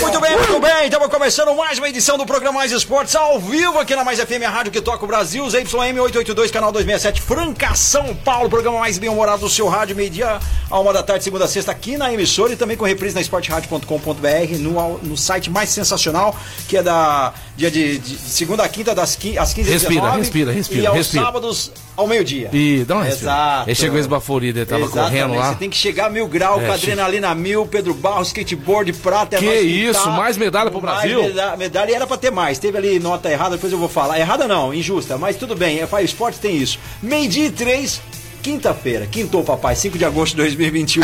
Muito bem, muito bem. Estamos começando mais uma edição do programa Mais Esportes ao vivo aqui na Mais FM, a rádio que toca o Brasil, ZYM 882, canal 267, Franca, São Paulo, programa mais bem-humorado do seu rádio, meio-dia a uma da tarde, segunda a sexta, aqui na emissora e também com reprise na esportrádio.com.br, no, ao- no site mais sensacional, que é da dia de, de- de segunda a quinta, das quin, às 15 Respira, h respira, respira, E aos respira. sábados ao meio-dia. E dá uma respira. Exato. Ele chegou esbaforido, ele tava Exatamente. correndo lá. Você tem que chegar a mil graus, É, com Chico. adrenalina mil, Pedro Barros, skateboard, prata, é Que nóis isso, tá. mais medalha pro Mais Brasil. meda- medalha e era pra ter mais. Teve ali nota errada, depois eu vou falar. Errada não, injusta, mas tudo bem. É, Fire Esporte tem isso. Meio-dia e três. Quinta-feira, quintou, papai, 5 de agosto de 2021.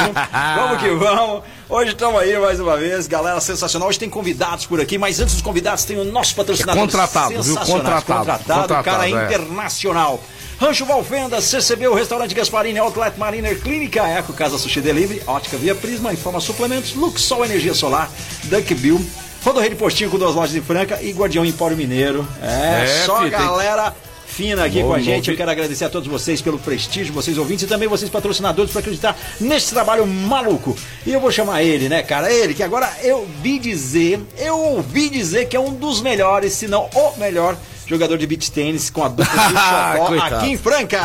vamos que vamos. Hoje estamos aí mais uma vez, galera sensacional. Hoje tem convidados por aqui, mas antes dos convidados tem o nosso patrocinador. É contratado, viu? sensacional. Contratado. Contratado, cara Contratado, é. internacional. Rancho Valfenda, CCB, o restaurante Gasparini, Outlet Mariner, Clínica Eco, Casa Sushi Delivery, Ótica Via Prisma, Informa Suplementos, Luxol Energia Solar, Dunkbill, Rodorreio de Postinho com duas lojas em Franca e Guardião Empório Mineiro. É, É, só filho, tem- galera fina aqui Bom, com a bom gente. dia. Eu quero agradecer a todos vocês pelo prestígio, vocês ouvintes e também vocês patrocinadores por acreditar neste trabalho maluco. E eu vou chamar ele, né, cara? Ele que agora eu vi dizer, eu ouvi dizer que é um dos melhores, se não o melhor jogador de beach tênis com a dupla de Chocó Coitado. aqui em Franca.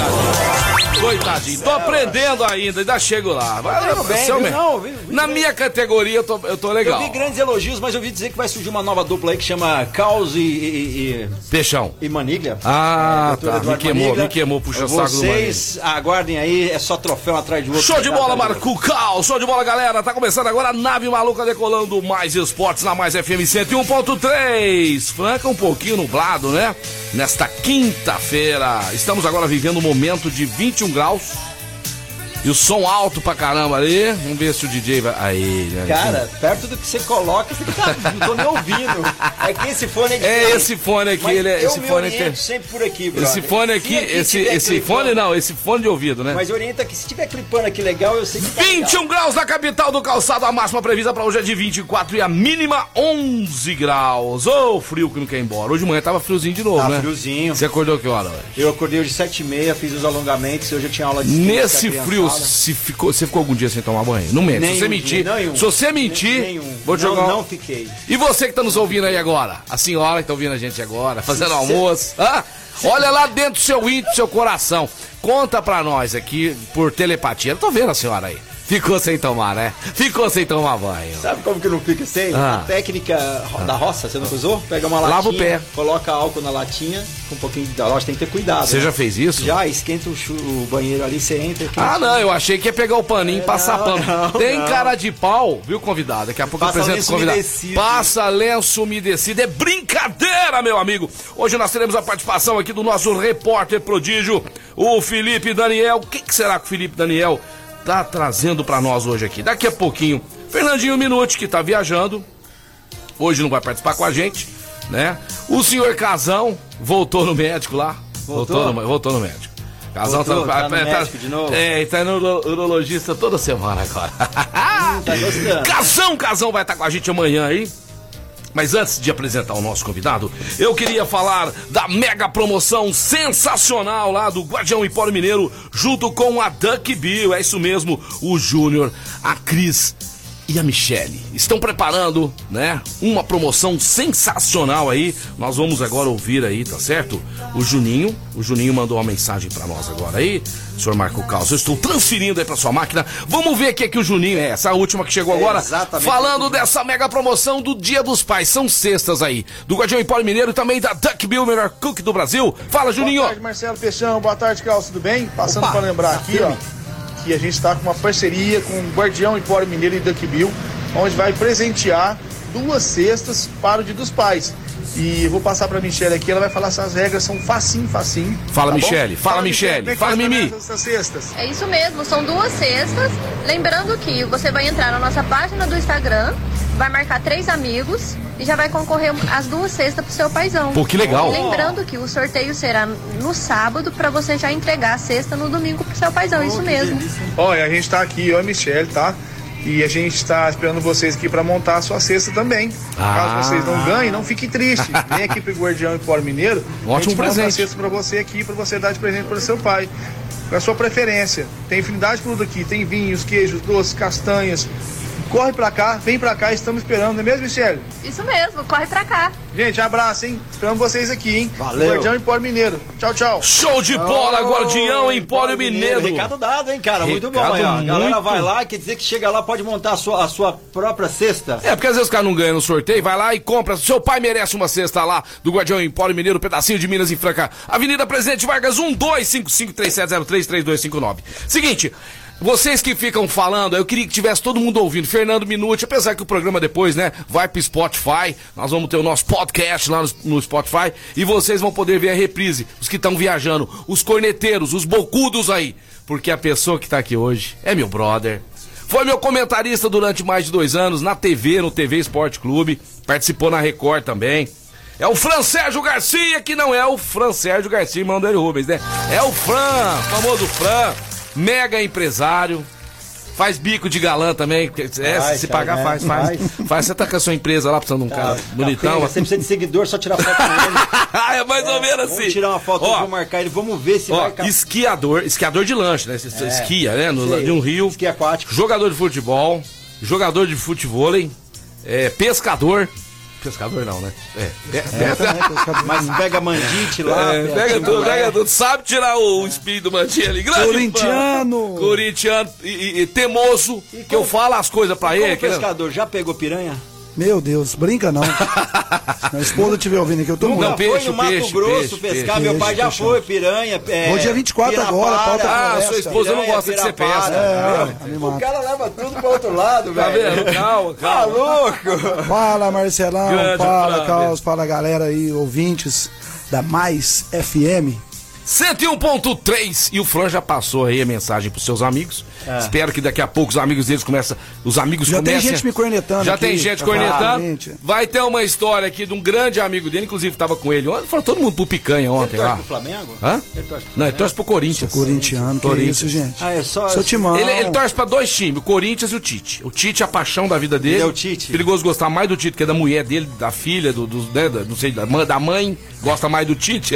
Coitadinho. Coitadinho. Tô aprendendo ainda, ainda chego lá. Vai, Tudo bem, seu viu? me- Não, viu? Viu? Na minha categoria eu tô, eu tô Eu legal. vi grandes elogios, mas eu ouvi dizer que vai surgir uma nova dupla aí que chama Caos e- e- e... Peixão. e Maniglia. É, Ah, doutor tá. Eduardo Me queimou, me queimou, puxa saco do Vocês aguardem aí, é só troféu atrás de outro. Show de Tá, tá, bola, tá. Marco Cal. Show de bola, galera. Tá começando agora a nave maluca decolando mais esportes na Mais FM 101.3. Franca um pouquinho nublado, né? Nesta quinta-feira. Estamos agora vivendo um momento de 21 graus. E o som alto pra caramba ali. Vamos ver se o DJ vai. Aí, né? Cara, perto do que você coloca, você tá, não tô nem ouvindo. É que esse fone é É diferente. esse fone aqui, Mas ele é- eu esse me fone oriento aqui. sempre por aqui, brother. Esse fone Se aqui, esse, tiver esse clipando- fone não, esse fone de ouvido, né? Mas orienta que se tiver clipando aqui legal, eu sei que tá legal. 21 graus na capital do calçado, a máxima prevista pra hoje é de 24 e a mínima 11 graus. Ô, frio que não quer ir embora. Hoje de manhã tava friozinho de novo, Tá né? friozinho. Você acordou que hora? hoje? Eu acordei hoje sete e meia, fiz os alongamentos, hoje eu tinha aula de skate Nesse com a frio, criançada. se ficou, você ficou algum dia sem tomar banho? Não mente. Se Nenhum você dia, mentir, nenhum. se você mentir, Nenhum. vou te Não, jogar. um- não fiquei. E você que tá nos ouvindo aí agora? A senhora que tá ouvindo a gente agora, fazendo almoço. hã? Olha lá dentro do seu íntimo, do seu coração. Conta pra nós aqui por telepatia. Eu tô vendo a senhora aí. Ficou sem tomar, né? Ficou sem tomar banho. Sabe como que não fica sem? Ah. A técnica ro- da roça, você não usou? Pega uma latinha, Lava o pé. coloca álcool na latinha, com um pouquinho da loja, tem que ter cuidado. Você né? já fez isso? Já, esquenta o, chu- o banheiro ali, você entra. quente. Ah, não, eu achei que ia pegar o paninho e passar não, pano. não, Tem não. cara de pau, viu, convidado? Daqui a pouco Passa eu apresento lenço o convidado. umedecido. Passa lenço umedecido. É brincadeira, meu amigo. Hoje nós teremos a participação aqui do nosso repórter prodígio, o Felipe Daniel. O que, que será que o Felipe Daniel tá trazendo pra nós hoje aqui? Daqui a pouquinho, Fernandinho Minuti, que tá viajando, hoje não vai participar com a gente, né? O senhor Casão voltou no médico lá. Voltou? Voltou, no, voltou no médico. Casão Voltou, tá, tá no médico de novo? É, e tá no uro- urologista toda semana agora. Tá gostando? Casão, Casão vai estar com a gente amanhã aí. Mas antes de apresentar o nosso convidado, eu queria falar da mega promoção sensacional lá do Guardião Empório Mineiro, junto com a Duck Bill. É isso mesmo, o Júnior, a Cris e a Michele. Estão preparando, né? Uma promoção sensacional aí. Nós vamos agora ouvir aí, tá certo? O Juninho. O Juninho mandou uma mensagem pra nós agora aí. Senhor Marco Caos, eu estou transferindo aí pra sua máquina. Vamos ver o que é que o Juninho é, essa última que chegou agora. exatamente. Falando falando dessa mega promoção do Dia dos Pais. São sextas aí. Do Guardião Empório Mineiro e também da Duck Bill, melhor cook do Brasil. Fala, Juninho. Boa tarde, Marcelo Peixão. Boa tarde, Carlos. Tudo bem? Passando Opa, para lembrar tá aqui, ó, que a gente está com uma parceria com o Guardião Empório Mineiro e Duck Bill, onde vai presentear duas cestas para o Dia dos Pais. E vou passar pra Michelle aqui, ela vai falar essas regras, são facinho, facinho. Tá Fala, bom? Michele, fala, Michele, como é que fala, faz pra Mimi. ganhar essas cestas? É isso mesmo, são duas cestas. Lembrando que você vai entrar na nossa página do Instagram, vai marcar três amigos e já vai concorrer as duas cestas pro seu paizão. Pô, que legal. Lembrando que o sorteio será no sábado pra você já entregar a cesta no domingo pro seu paizão, isso mesmo. Olha, a gente tá aqui, eu e a Michelle, tá? E a gente tá esperando vocês aqui pra montar a sua cesta também. Ah. Caso vocês não ganhem, não fique triste. Vem aqui pro Guardião e Fórum Mineiro. Um Ótimo a gente Monta a presente. cesta pra você aqui, pra você dar de presente pro seu pai. Da sua preferência. Tem infinidade de produto aqui. Tem vinhos, queijos, doces, castanhas. Corre pra cá, vem pra cá, estamos esperando, não é mesmo, Michelle? Isso mesmo, corre pra cá. Gente, abraço, hein? Esperamos vocês aqui, hein? Valeu. Guardião e Fórum Mineiro. Tchau, tchau. Show de bola, Guardião, Empório Mineiro. Recado dado, hein, cara? muito bom, Recado aí, ó. A galera muito- vai lá, quer dizer que chega lá, pode montar a sua, a sua própria cesta. É, porque às vezes o cara não ganha no sorteio, vai lá e compra. Seu pai merece uma cesta lá do Guardião Empório Mineiro, pedacinho de Minas em Franca. Avenida Presidente Vargas, 125537033259. Seguinte, vocês que ficam falando, eu queria que tivesse todo mundo ouvindo. Fernando Minuti, apesar que o programa depois, né, vai pro Spotify. Nós vamos ter o nosso podcast lá no, no Spotify e vocês vão poder ver a reprise. Os que estão viajando, os corneteiros, os bocudos aí. Porque a pessoa que tá aqui hoje é meu brother. Foi meu comentarista durante mais de dois anos na TV, no TV Esporte Clube. Participou na Record também. É o Fran Sérgio Garcia, que não é o Fran Sérgio Garcia, irmão do Hélio Rubens, né? É o Fran, famoso Fran, mega empresário. Faz bico de galã também. porque É, Faz, se cara, pagar, né? faz, faz. Faz. Tá, Faz, você tá com a sua empresa lá, precisando de um cara bonitão. Você precisa de seguidor, só tirar foto com ele. é mais ou menos assim. Vamos tirar uma foto, Ó, vou marcar ele, vamos ver se Ó, vai... cap- esquiador, esquiador de lanche, né? Es- Esquia, né? No- Sei. de um rio. Esqui aquático. Jogador de futebol, jogador de futevôlei, é, pescador. Pescador não, né? É. é, Mas pega mandite lá. é, pega tudo, pega tudo. Sabe tirar o, o espírito do Mantinha ali. Grande Corintiano. fã. Corintiano e, e- e teimoso. que eu falo as coisas pra ele. Como que ele- pescador, já pegou piranha? Meu Deus, brinca não. Minha esposa estiver ouvindo aqui, eu tô Não, morto. peixe, foi no Mato peixe, Grosso peixe, pescar, peixe. meu pai já Peixe, foi, piranha. É, Bom dia 24 agora, pauta Ah, sua esposa não gosta que você Pirapara. pesca. É, me O mata. cara leva tudo pro outro lado, Tá velho. vendo? Calma, Tá calma. louco? Fala Marcelão, Grande fala Flávio. Carlos, fala galera aí, ouvintes da Mais FM. 101.3 e o Fran já passou aí a mensagem pros seus amigos. Espero que daqui a pouco os amigos deles começam, os amigos Já tem comecem. gente me cornetando Já aqui, tem gente tá cornetando. claramente. Vai ter uma história aqui de um grande amigo dele, inclusive tava com ele ontem, falou todo mundo pro picanha ontem torce lá. pro Flamengo? Hã? Ele torce pro Não, ele torce pro Corinthians. Corintiano, que Corinthians. isso, gente? Ah, é só- Seu timão. Ele, tá- ele torce pra dois times, o Corinthians e o Tite. O Tite é a paixão da vida dele. Ele é o Tite. Perigoso gostar mais do Tite, que é da mulher dele, da filha, do, dos- né, da, não sei, da mãe, da mãe, gosta mais do Tite.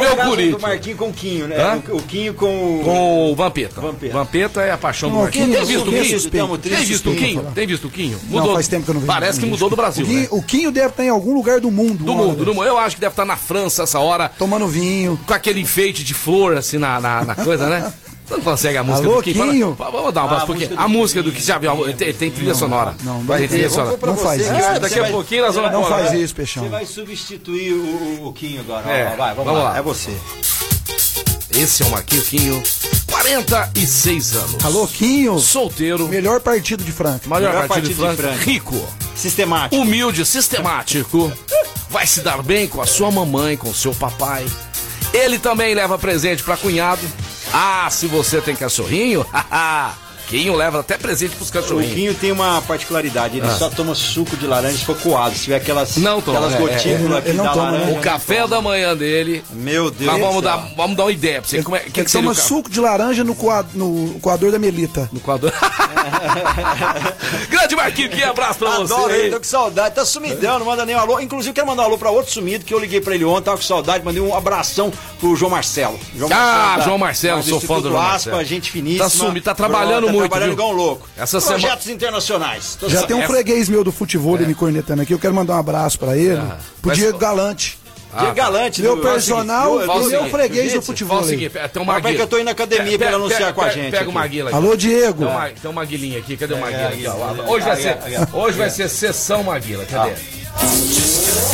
É, vem é o caso Corinthians. Do Marquinho com o Quinho, né? Hã? O, o Quinho com o... Com o Vampeta. Vampeta. Vampeta. é a paixão do Não, Marquinhos. Quinho Tem é visto o suspeito, Quinho? suspeito, Tem triste, visto o suspeito, Quinho? falar. Tem visto o Quinho? Não, faz tempo que eu não vejo Parece que ninguém. mudou do Brasil, o Quinho, né? o Quinho deve estar em algum lugar do mundo. Do uma mundo, hora do mundo. Eu acho que deve estar na França essa hora, Tomando vinho. com aquele enfeite de flor, assim, na, na, na coisa, né? Você não consegue a música Alô, do Quinho? Fala- Quinho? Ah, Fala- vamos dar uma pausa, porque a música do Quinho, já viu? Ele tem, ele tem trilha sonora. não, vai Tem ter, trilha vamos sonora. comprar Não faz isso. Ah, daqui a pouquinho nós vamos Não Bora. faz isso, Você Peixão. vai substituir o, o- o Quinho agora. ó, É, vai, vamos, vamos lá. lá. É você. Esse é o Marquinhos Quinho, 46 anos. Alô, Quinho. Solteiro, melhor, Melhor partido de Franca. partido de Franca, rico. Sistemático. humilde, sistemático, vai se dar bem com a sua mamãe, com o seu papai. Ele também leva presente pra cunhado. Ah, se você tem cachorrinho, haha, Quinho leva até presente pros O cachorrinhos. Quinho tem uma particularidade, ele só toma suco de laranja se for coado. Se tiver aquelas, Ah. Não toma, aquelas é, gotículas é, é. aqui Ele não da toma, né? laranja. O café da manhã dele. Meu Deus. Nós vamos do dar, céu. vamos dar uma ideia pra você. Como é, que, Ele que seria toma o café? suco de laranja no, coa- no coador da Melita. No quadro. Grande Marquinhos, que abraço pra Adoro você. ele, tô com saudade, tá sumidão, não manda nem um alô. Inclusive, quero mandar um alô pra outro sumido que eu liguei pra ele ontem, tava com saudade, mandei um abração pro João Marcelo. João Ah, tá- João Marcelo, tá sou fã do Instituto João Aspa, Marcelo. gente finíssima. Tá sumido, tá trabalhando Tá muito, trabalhando viu? igual um louco. Essa Projetos semana- internacionais. Tô Já sabendo. tem um essa- É. freguês meu do futebol ele me cornetando aqui. Eu quero mandar um abraço pra ele. Pro mas- Diego Galante. Ah, Diego é Galante, Meu do- assim, fala o personal um seguinte, e do- do- meu seguinte, freguês do jiu-jitsu. futebol. Fala o seguinte, tem um Rapaz, Marquinhos. que eu tô indo na academia pra ele anunciar com a gente Pega o aqui. É, Maguila aí. Alô, Diego. Tem o Ma- Tem o Maguila aqui, cadê o Maguila? aqui, ó? Maguila. Hoje vai Aí, ser, aí, aí. hoje vai ser sessão Ah. Maguila, cadê?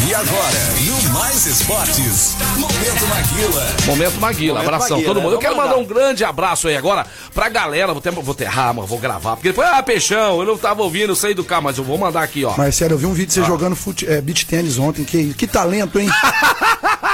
E agora, no Mais Esportes, Momento Maguila. Maguila. Momento Maguila, Momento abração Maguila, todo mundo. né? Eu quero Vamos mandar um grande abraço aí agora pra galera. Vou, ter, vou terrar, mano, vou gravar. Porque depois, ah, Peixão, eu não tava ouvindo, eu saí do carro, mas eu vou mandar aqui, ó. Marcelo, eu vi um vídeo de Ah. você jogando fute, é, beach tênis ontem. Que, que talento, hein? Tá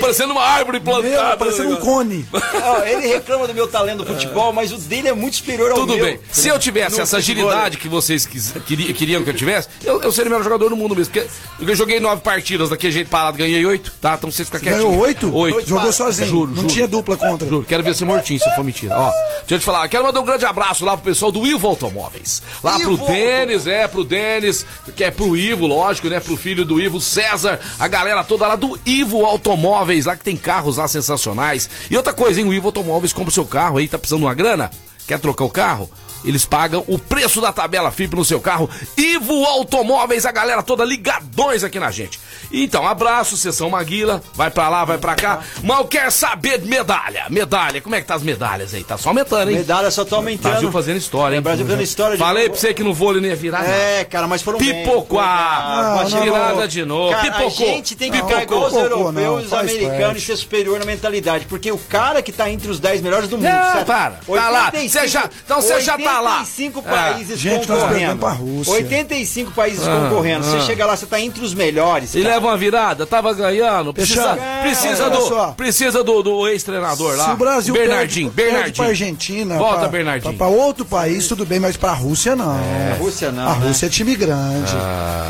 Parecendo uma árvore plantada. Meu, parecendo né, um cone. Ó, ele reclama do meu talento no futebol, mas o dele é muito superior ao Tudo meu. bem. Se eu tivesse No essa futebol, agilidade que vocês quis- queria- queriam que eu tivesse, eu, eu seria o melhor jogador do mundo mesmo. Porque eu joguei nove partidas daquele jeito parado, ganhei oito, tá? Então vocês ficam quietinhos. Ganhou oito? Oito. Jogou sozinho. Juro, não juro. tinha dupla contra. Juro, quero ver se mortinho, se for mentira. Ó, deixa eu te falar, quero mandar um grande abraço lá pro pessoal do Ivo Automóveis. Lá pro Denis, é, pro Denis, que é pro Ivo, lógico, né? Pro filho do Ivo, César, a galera toda lá do Ivo Automóveis, lá que tem carros lá sensacionais. E outra coisa, hein? O Ivo Automóveis compra o seu carro aí, tá precisando de uma grana? Quer trocar o carro? Eles pagam o preço da tabela FIP no seu carro. Ivo Automóveis, a galera toda ligadões aqui na gente. Então, abraço, sessão Maguila. Vai pra lá, vai pra cá. Mal quer saber de medalha. Medalha, como é que tá as medalhas aí? Tá só aumentando, hein? Medalha só tá aumentando. Brasil fazendo história, hein? É, Brasil fazendo história. de- Falei pra você que no vôlei Ah, não ia virar nada. É, cara, mas foram bem. Pipocou a Não, não, virada não. de novo. Cara, Pipocou. a gente tem que Não, ficar igual os pipocou, europeus, não, os faz americanos e parte. ser superior na mentalidade. Porque o cara que tá entre os 10 melhores do mundo. Não, sabe? para. Tá lá. 85 Você já- então você já tá lá. 85 países Gente, nós concorrendo. perdemos pra Rússia. 85 países Ah, concorrendo. Você chega lá, você tá entre os melhores. E cara. leva uma virada, tava ganhando. Precisa, Fechando. precisa É, Olha do, só. precisa do, do ex-treinador lá. Se o Brasil Bernardinho, perde, perde Bernardinho. pra Argentina, Volta, pra, Bernardinho. pra- pra outro país, tudo bem, mas pra Rússia não. A Rússia não. A né? Rússia é time grande.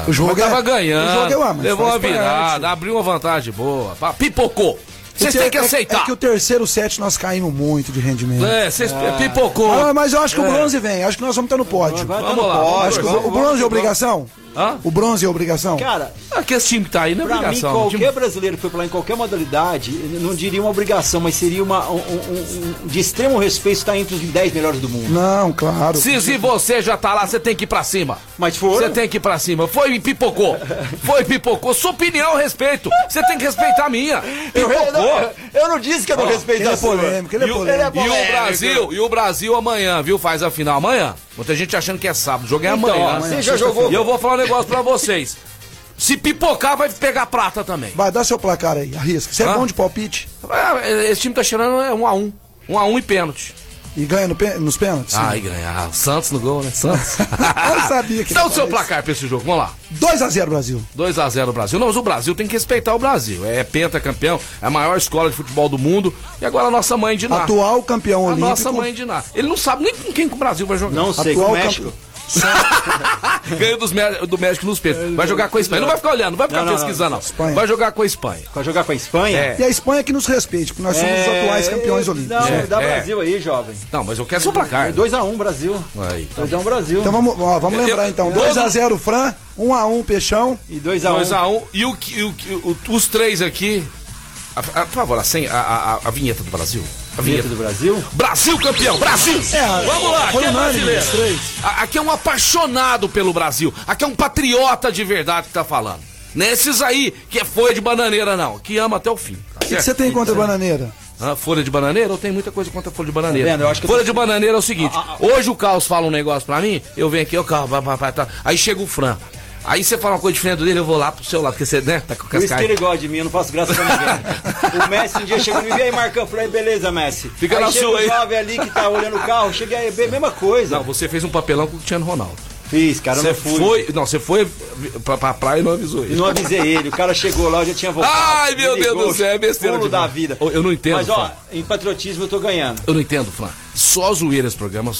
o jogo Ah. Mas tava é, ganhando. O jogo é ah, mas levou faz uma virada, parte. abriu uma vantagem boa. pá, Pipocou. O Vocês ter- têm que é- aceitar. É que o terceiro set nós caímos muito de rendimento. É, vocês pipocou. Ah, mas eu acho É. que o bronze vem, acho que nós vamos estar no pódio. tá Vamos lá. Acho que o, bro- o bronze é obrigação? Hã? O bronze é obrigação? Cara, Ah, que esse time que tá aí, não é Pra mim, obrigação. O qualquer time- brasileiro que foi pra lá em qualquer modalidade, eu não diria uma obrigação, mas seria uma, um, um- um- de extremo respeito estar entre os 10 melhores do mundo. Não, claro. Se, se você já tá lá, você tem que ir pra cima. Mas foram. Você tem que ir pra cima. Foi e pipocou. Foi e pipocou. Sua opinião, eu respeito. Você tem que respeitar a minha. Eu, eu não, Pipocou. eu não disse que eu não respeito Ele a é sua. polêmico, ele é E o, polêmico. e o Brasil, e o Brasil amanhã, viu? Faz a final amanhã. Muita gente achando que é sábado. O jogo é Então, amanhã. você já jogou. E eu vou falar um negócio pra vocês. Se pipocar, vai pegar prata também. Vai, dá seu placar aí, arrisca. Você é Hã? bom de palpite Ah, Esse time tá cheirando é um a um. Um a um e pênalti. e ganha no pê- nos pênaltis? Ai, ganhar. Santos no gol, né? Santos. Eu sabia que Dá o ele seu faz. placar pra esse jogo, vamos lá. 2x0 Brasil. 2x0 Brasil. Não, mas o Brasil tem que respeitar o Brasil. É pentacampeão, é a maior escola de futebol do mundo. E agora a nossa mãe de nada. Atual campeão Ah. A olímpico. nossa mãe de nada. Ele não sabe nem com quem que o Brasil vai jogar. é, Não sei, com o Atual México. Ganhou dos Mé- do México nos peitos. Vai jogar com a Espanha. Não vai ficar olhando, não vai ficar Não, não, pesquisando, não. Espanha. Vai jogar com a Espanha. Pra jogar com a Espanha? É. E a Espanha que nos respeite, porque nós somos os atuais campeões é, olímpicos. Não, É, dá é. Brasil aí, jovem. É Não, mas eu quero seu placar. 2x1 Brasil. Aí. 2x1 Brasil. Então vamos, ó, vamos lembrar então. Eu- 2x0 Fran, 1x1 Peixão. E 2x1. 2x1. E o, que- o que- o- os três aqui. A, a- por favor, a, senha- a- a- a vinheta do Brasil. um. A vinheta. Vinheta do Brasil. Brasil campeão, Brasil! Vamos lá, aqui é brasileiro. A- Aqui é um apaixonado pelo Brasil. Aqui é um patriota de verdade que tá falando. Nesses aí que é folha de bananeira, não. Que ama até o fim. tá O que certo? você tem contra a bananeira? Ah, folha de bananeira? Eu tenho muita coisa contra a folha de bananeira. Tá vendo? Eu acho que eu Ah, folha de bananeira é o seguinte: hoje o Carlos fala um negócio pra mim, eu venho aqui, eu Carlos, vai, vai, vai, tá. aí chega o Fran. Aí você fala uma coisa diferente dele, eu vou lá pro seu lado, porque você, né, tá com Por isso que ele cascalho. gosta de mim, eu não faço graça pra ninguém. o Messi um dia chegou e me veio aí, Marcão. Eu falei, beleza, Messi. Fica aí na chega sua o aí. jovem ali que tá olhando o carro, chega aí, bem, mesma coisa. Não, você fez um papelão com o Cristiano Ronaldo. Fiz, cara, eu Você não fui. foi. Não, você foi pra, pra praia e não avisou E ele. não avisei ele, o cara chegou lá, eu já tinha voltado. Ai, me meu Deus ligou, do céu, é besteira pulo demais. da vida. Eu- eu não entendo, Mas, ó, Fábio. em patriotismo eu tô ganhando. Eu não entendo, Fran. Só zoeira esse programa.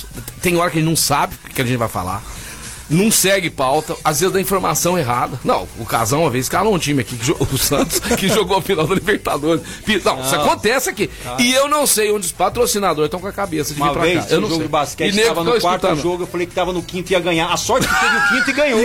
Tem hora que a gente não sabe o que a gente vai falar. Não segue pauta, às vezes dá informação errada. Não, o Casão uma vez calou um time aqui, que jogou, o Santos, que jogou a final da Libertadores. Não, Ah. isso acontece aqui. E eu não sei onde os patrocinadores estão com a cabeça de Tá. Uma vir pra vez, cá. Eu no não jogo sei. de basquete, nego tava ficou no quarto escutando. jogo, eu falei que tava no quinto e ia ganhar. A sorte que teve o quinto e ganhou. O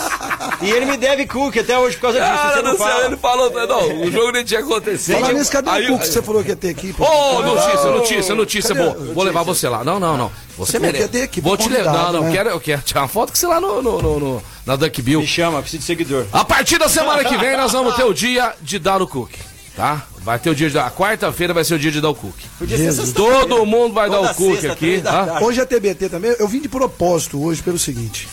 Bucks. E ele me deve Cook até hoje por causa disso. Cara você não do céu, fala. Ah, É. ele falou, não, o jogo nem tinha acontecido. Fala nisso, cadê Aí- o Cuco que você falou que ia ter aqui? pô? Ô, notícia, notícia, notícia Cadê boa. a Vou notícia? levar você lá. Não, não, não. Você Você falou merece. que ia ter aqui, Vou te levar. Não, convidado, não, né? quero, eu quero tirar uma foto que você lá no, no, no- no- na Duck Bill. Me chama, preciso de seguidor. A partir da semana que vem nós vamos ter o dia de dar o cookie, tá? Vai ter o dia de dar. a Quarta-feira vai ser o dia de dar o cookie. Podia ser Jesus. sexta- Todo mundo vai dar Toda o cookie sexta, aqui, três da tá? tarde. Hum. Hoje é TBT também. Eu vim de propósito hoje pelo seguinte.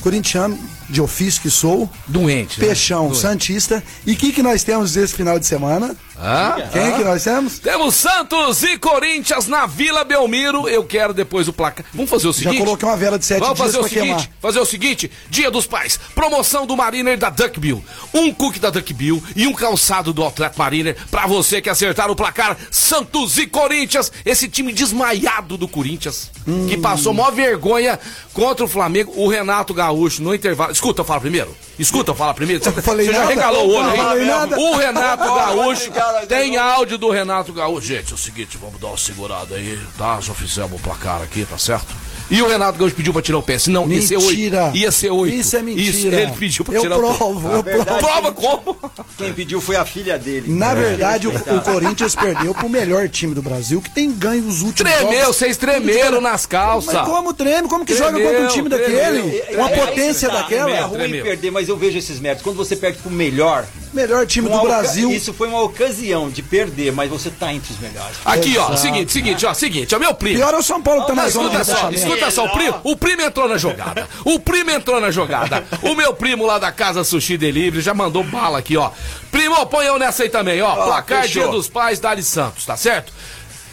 corintiano, de ofício que sou, Doente. né? peixão, Doente. santista. E o que, que nós temos esse final de semana? Hã? Quem que nós temos? Temos Santos e Corinthians na Vila Belmiro. Eu quero depois o placar. Vamos fazer o Já seguinte. coloquei uma vela de sete Vamos dias fazer o pra seguinte, queimar. fazer o seguinte, Dia dos Pais, promoção do Mariner da Duckbill, um cookie da Duckbill e um calçado do Atleta Mariner pra você que acertar o placar Santos e Corinthians, esse time desmaiado do Corinthians, que Hum. passou maior vergonha contra o Flamengo, o Renato Gaúcho no intervalo. Escuta, eu falo primeiro. Escuta, eu falo primeiro. Você, falei você já nada. regalou o olho Não falei aí. nada. O Renato Gaúcho tem áudio do Renato Gaúcho. Gente, é o seguinte, vamos dar uma segurada aí, tá? Já fizemos o placar aqui, tá certo? E o Renato Gaúcho pediu pra tirar o pé, senão Ia ser Mentira. oito. Ia ser oito. Isso é mentira. ele pediu pra eu tirar o provo, eu provo. Prova É como? Quem pediu foi a filha dele. Na verdade, o, o Corinthians perdeu pro melhor time do Brasil, que tem ganho os últimos Tremeu, jogos. vocês tremeram nas calças. Mas como treme? Como que joga Tremeu, contra um time daquele? tremeu. Uma É, é potência isso, tá, daquela? É ruim Tremeu. perder, mas eu vejo esses métodos. Quando você perde pro melhor, Melhor time uma do oca- Brasil. isso foi uma ocasião de perder, mas você tá entre os melhores. Aqui, ó, seguinte, seguinte, ó, seguinte, ó, meu primo. Pior é o São Paulo que tá na Mas zona de escuta só, rebaixamento. escuta só, o primo, o primo entrou na jogada. O primo entrou na jogada. O meu primo lá da casa Sushi Delivery já mandou bala aqui, ó. Primo, põe eu nessa aí também, ó. Placar fechou. Dia dos Pais, Dali Santos, tá certo?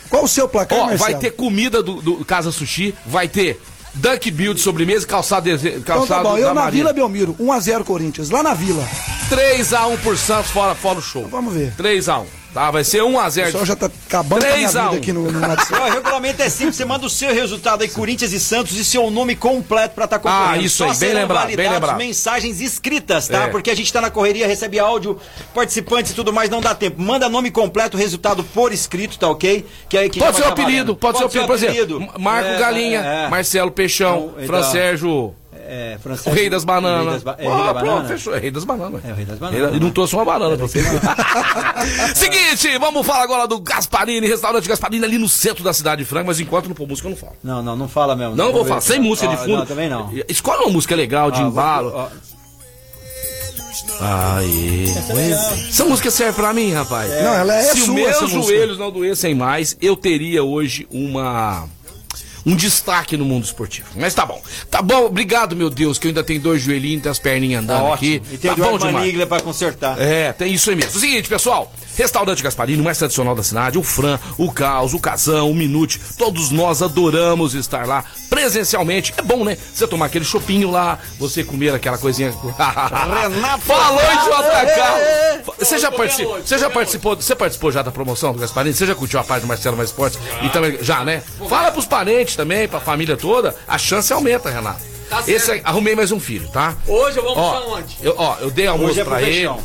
Qual o seu placar, Ó, Marcelo? Então tá vai ter comida do, do Casa Sushi, vai ter Dunk Build sobremesa, e calçado, dese- calçado Então tá bom, eu da na Marina. Vila Belmiro, 1x0 Corinthians, lá na Vila. 3x1 por Santos fora, fora o show. Vamos ver. 3x1, tá? Vai ser O 1x0. pessoal já tá acabando com a minha 3 a vida 1. aqui no, no WhatsApp. Ó, O regulamento é simples, você manda o seu resultado aí, Corinthians e Santos, e seu nome completo pra estar tá concorrendo. Ah, isso Só aí, bem serão lembrado, bem validados lembrado. mensagens escritas, tá? É. Porque a gente tá na correria, recebe áudio, participantes e tudo mais, não dá tempo. Manda nome completo, resultado por escrito, tá ok? Que aí que Pode já ser vai o tá apelido, valendo. pode, ser o apelido. Por exemplo, M- Marco É, Galinha, é, Marcelo Peixão, Então, então, Fran Sérgio, é, o Francesco, Rei das Bananas. Ba- é, Ó, Rei da pronto, Banana. fechou. É Rei das Bananas. É, o Rei das Bananas. É, E não trouxe uma banana pra você. Seguinte, vamos falar agora do Gasparini, restaurante Gasparini ali no centro da cidade de Franca, mas enquanto não pôr música eu não falo. Não, não, não fala mesmo. Não vou falar, sem música Ah, de fundo. Não, também não. Escolhe uma música legal, de Ah, vou- embalo. ó, Aê. é. Essa música serve pra mim, rapaz. Não, ela é Se os sua, meus essa música. joelhos não doessem mais, eu teria hoje uma. Um destaque no mundo esportivo. Mas tá bom. Tá bom, obrigado, meu Deus, que eu ainda tenho dois joelhinhos, tenho as perninhas andando Tá aqui. ótimo. E tem tá o bom Eduardo demais. Maniglia pra consertar. É, tem isso aí mesmo. Seguinte, pessoal. Restaurante Gasparino, mais tradicional da cidade, o Fran, o Caos, o Casão, o Minute, todos nós adoramos estar lá presencialmente. É bom, né? Você tomar aquele chopinho lá, você comer aquela coisinha. Renato! Falou em JK! Você já, partici- você já participou? Você participou já da promoção do Gasparino? Você já curtiu a página do Marcelo Mais Esportes? E também, já, né? Fala pros parentes também, pra família toda, a chance aumenta, Renato. Esse aí- arrumei mais um filho, tá? Tá Hoje eu vou Ó, almoçar onde? eu, ó, eu dei almoço Hoje é pro pra ele, fechão.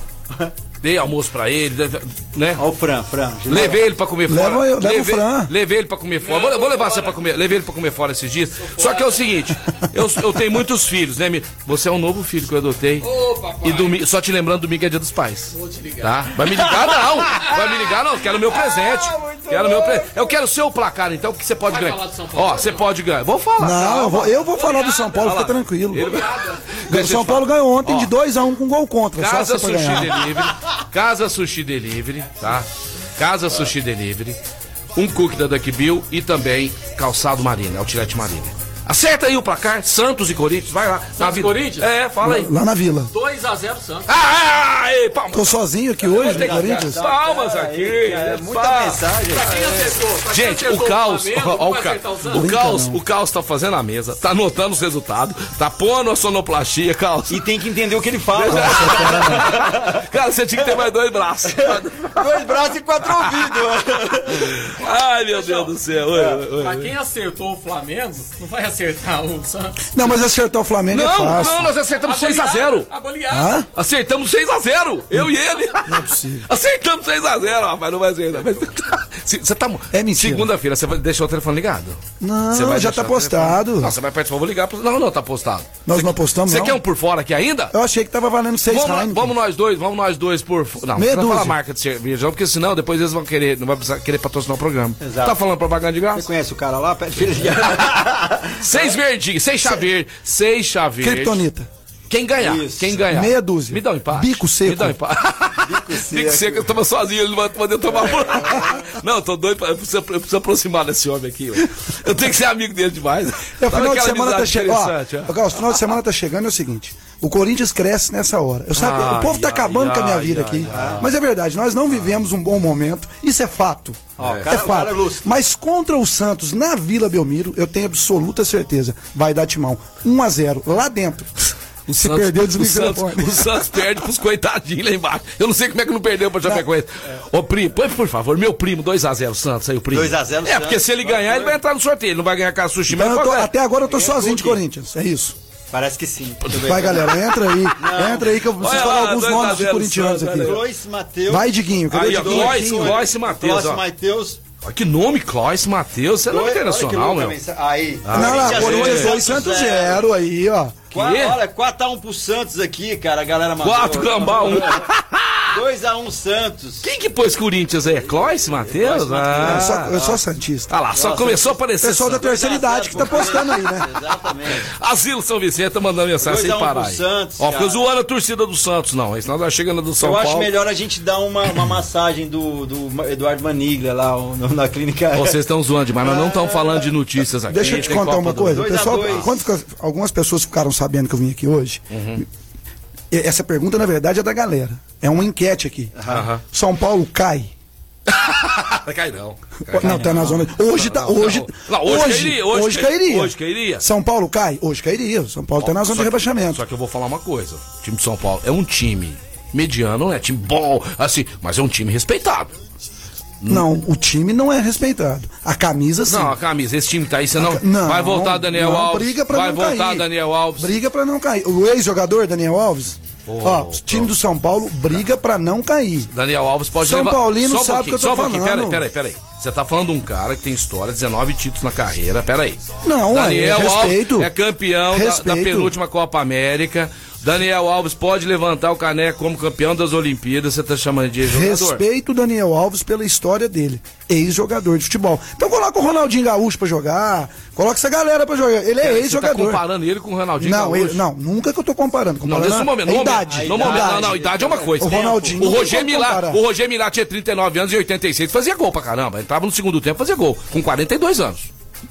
dei almoço pra ele, né? Ó o Fran, Fran. Levei ele pra comer Leva fora. eu, leva o levei, Fran. levei ele pra comer fora. Vou, vou levar você pra comer. Levei ele pra comer fora esses dias. Só que é o seguinte: eu, eu tenho muitos filhos, né? mi- Você é um novo filho que eu adotei. Ô, papai. E domingo, só te lembrando, domingo é dia dos pais. Vou te ligar. Ah, Tá? Vai me ligar, não! Vai me ligar, não! Quero meu presente! Quero meu pre- Eu quero o seu placar, então, que você pode Vai ganhar. falar do São Paulo, Ó, você pode ganhar. Vou falar. Não, eu vou, eu vou falar do São Paulo, Olha fica lá. tranquilo. Ele- O São Paulo ganhou ontem Ó. de 2x1 com gol contra. Só Casa você pra Sushi ganhar. Delivery. Casa Sushi Delivery, tá? Casa Sushi Delivery. Um cookie da Duck Bill e também calçado marina, outlet marina. Acerta aí o placar, Santos e Corinthians, vai lá. Santos e Corinthians? É, fala aí. Lá na Vila. 2x0 Santos. Ah, ei, Tô palmas. sozinho aqui hoje no Corinthians. Palmas aqui. É muita palmas. mensagem. É. Pra quem acertou? Pra quem Gente, o acertou caos, Flamengo, ó, ó, o, vai ca... acertar o o Santos? caos, o caos tá fazendo a mesa, tá anotando os resultados, tá pondo a sonoplastia, caos. E tem que entender o que ele fala. Cara, você tinha que ter mais dois braços. Dois braços e quatro ouvidos. Ai, meu Deus do céu. Oi, oi, oi. Pra quem acertou o Flamengo, não vai acertar o Santos. Não, mas acertar o Flamengo é Não, fácil. não, nós acertamos 6x0. A goleada. Hã? Acertamos 6x0, eu e ele. Não é possível. Acertamos 6x0, rapaz, não vai acertar. Mas Se- você tá. É mentira. Segunda-feira, você vai deixar o telefone ligado? Não, Você vai deixar já tá o telefone- postado. Tá Não, você vai participar, eu vou ligar. pro- Não, não, tá postado. Nós não postamos, Você não. quer um por fora aqui ainda? Eu achei que tava valendo 6 Vamos, Heineken. vamos nós dois, vamos nós dois por. fo- Não, Meia não fala dúzia. a marca de cerveja, não, porque senão depois eles vão querer, não vai precisar querer patrocinar o programa. Tá falando propaganda de Você graça? conhece o cara lá? Pede pra ele ligar. Seis é verdinhos, seis chá verde, seis chá verde. Kryptonita. Quem ganhar, Isso. quem ganhar. Meia dúzia. Me dá um empate. Bico seco. Me dá um empate. Tem que ser que eu tava sozinho, ele não vai poder tomar banho. Não, eu tô doido, pra, eu, preciso, eu preciso aproximar desse homem aqui. ó. Eu tenho que ser amigo dele demais. É, o Sabe final de aquela semana tá amizade chegando. interessante, é? ó? Ó, Ó, o final de semana tá chegando é o seguinte. O Corinthians cresce nessa hora. Eu sabe, Ai, o povo tá ai, acabando com a minha ai, vida ai, aqui. Mas é verdade, nós não vivemos um bom momento. Isso é fato. Ó, o é cara- o cara é fato. lúcido. Mas contra o Santos na Vila Belmiro, eu tenho absoluta certeza. Vai dar timão. 1 a 0 lá dentro. O Se perdeu, o desliga o Santos, telefone. o Santos perde pros coitadinhos lá embaixo. Eu não sei como é que não perdeu pra Chapecoense. É, Ô, primo, põe, por favor, meu primo, 2x0 Santos, aí o primo. 2 a 0 É, porque se ele ganhar, ele vai entrar no sorteio. Ele não vai ganhar com a sushi, Então mas eu tô- qualquer- até agora eu tô sozinho de Corinthians. É isso. Parece que sim. Vai, galera, entra aí. Entra aí que eu preciso Olha falar lá, alguns dois a nomes de zero, corintianos Santos, aqui. olha Clois Matheus. Vai, Diguinho. Cadê Aí, o ó, Diguinho? Clois, Clois e Matheus, Clóvis ó. Matheus. Olha que nome, Clóis, Matheus. Você é nome Olha que internacional, louca a meu. mensagem. Aí. Não, lá, Corinthians dois, é. 2, Santos é. 0 aí, ó. Qua- Olha, 4x1 pro Santos aqui, cara. A galera mandou. 4 gambá, um. 2x1 Santos. Quem que pôs Corinthians aí? É Clóis, Matheus? Eu sou, Ah, eu sou santista. ah lá, só começou a aparecer. É, Pessoal da Santos. terceira idade que tá postando aí, né? Exatamente. Asilo São Vicente tá mandando mensagem Dois a sem um pro parar. aí. Santos, Ó, ficou cara. zoando a torcida do Santos, não. Senão nós tá chegando do São Eu Paulo. acho melhor a gente dar uma, uma massagem do, do Ma- Eduardo Maniglia lá o- no- na clínica. Vocês estão zoando demais, nós não estamos falando de notícias aqui. Deixa eu te tem contar Copa uma do- coisa. Dois a Pessoal, dois. quando fica- algumas pessoas ficaram sabendo que eu vim aqui hoje. Uhum. E- Essa pergunta, na verdade, é da galera. É uma enquete aqui. Aham. São Paulo cai? Ah, Cai não. Não, tá na zona. Hoje tá. não, Hoje, não. Não, hoje cairia, hoje hoje cai- cairia. hoje cairia. São Paulo cai? Hoje cairia. São Paulo tá na zona Só de que- rebaixamento. Só que eu vou falar uma coisa. O time de São Paulo é um time mediano, não é time bom, assim, mas é um time respeitado. Não, o time não é respeitado. A camisa sim. Ah, Não, a camisa, esse time tá aí, você não. Não, vai voltar Daniel não, Alves. Briga pra vai não voltar cair. Daniel Alves. Briga pra não cair. O ex-jogador Daniel Alves, ó, o time do São Paulo briga pra não cair. Daniel Alves pode São levar. Paulino só um sabe pouquinho, o que eu só tô um pouquinho, falando. Peraí, peraí, peraí. Você tá falando de um cara que tem história, 19 títulos na carreira, peraí. Não, ué, Daniel respeito. Alves é campeão da- da, Respeito. penúltima Copa América. Daniel Alves pode levantar o caneco como campeão das Olimpíadas. Você tá chamando de jogador? Respeito o Daniel Alves pela história dele, ex-jogador de futebol. Então coloca o Ronaldinho Gaúcho pra jogar, coloca essa galera pra jogar. Ele Peraí, é Você tá ex-jogador. comparando ele com o Ronaldinho não, Gaúcho? ele, não, nunca que eu tô comparando. Não, comparando nesse a- momento, a no momento, idade. no momento, não, não, idade é uma coisa. O Ronaldinho O não Roger pode Milá, comparar. o Roger Milá tinha 39 anos e 86, fazia gol pra caramba. Entrava no segundo tempo, fazia gol, com 42 anos.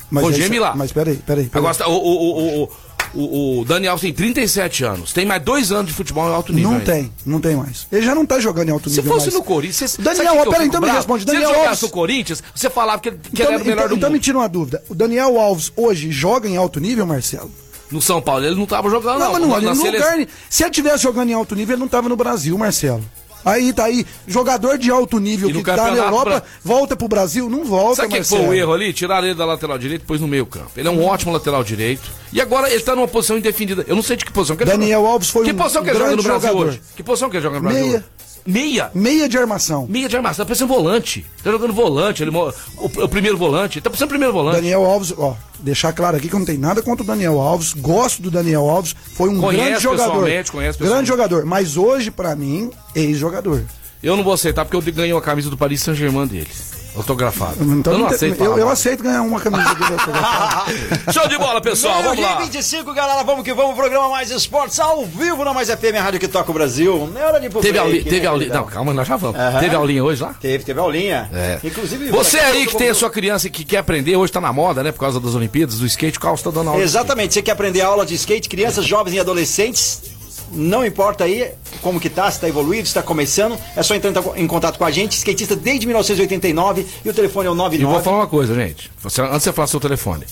Mas Roger é isso- Milá. Mas peraí, peraí. peraí. Agora, o, o, o, o, o, o Daniel tem 37 anos, tem mais dois anos de futebol em alto nível. Não ainda. tem, não tem mais. Ele já não tá jogando em alto Se nível. fosse mais. no Corinthians. você- Daniel, sabe que eu peraí, fico então me bravo? responde. Se Daniel ele jogasse Alves- no Corinthians, você falava que ele, que ele era o melhor então, do então me mundo. tira uma dúvida. O Daniel Alves hoje joga em alto nível, Marcelo? No São Paulo, ele não tava jogando, Não, mas não, ele Na não sele- lugar- Se ele tivesse jogando em alto nível, ele não tava no Brasil, Marcelo. Aí tá aí, jogador de alto nível E no que tá na Campeonato Europa, Bra- volta pro Brasil, não volta, Sabe o que que foi Marcelo. o erro ali? Tiraram ele da lateral direita e pôs no meio campo. Ele é um ótimo lateral direito. E agora ele tá numa posição indefinida. Eu não sei de que posição que ele Daniel joga. Alves foi Que um posição que ele joga no grande Brasil jogador. hoje? Que posição que ele joga no Brasil? Meia. hoje? Meia? Meia de armação. Meia de armação. Tá parecendo volante. Tá jogando volante. Ele, mo- o, o primeiro volante. Ele tá parecendo primeiro volante. Daniel Alves, ó, deixar claro aqui que eu não tenho nada contra o Daniel Alves, gosto do Daniel Alves, foi um Conhece grande jogador. pessoalmente, conhece grande pessoalmente. jogador, mas hoje pra mim, ex-jogador. Eu não vou aceitar porque eu ganhei uma camisa do Paris Saint-Germain dele. Autografado. Então eu não não tem- aceito. eu, falar eu mal. aceito ganhar uma camisa do tá? Show de bola, pessoal. Vamos lá. 25, galera, vamos que vamos. Programa Mais Esportes ao vivo na Mais FM, a rádio que toca o Brasil. Não é hora de ir pro Teve break, aulinha. né, Teve auli- queridão? Não, calma, nós já vamos. Aham. Teve aulinha hoje lá? Teve, teve aulinha. É. Inclusive, É. Você daqui a aí pouco que eu tem a vou- sua criança que quer aprender, hoje tá na moda, né? Por causa das Olimpíadas, do skate, o Carlos tá dando aula. Exatamente, você quer aprender aula de skate, crianças, jovens e adolescentes, não importa aí como que tá, se tá evoluído, se tá começando, é só entrar em ta- em contato com a gente, skatista desde 1989 e o telefone é o E vou 99. falar uma coisa, gente. Você- antes de você falar seu telefone,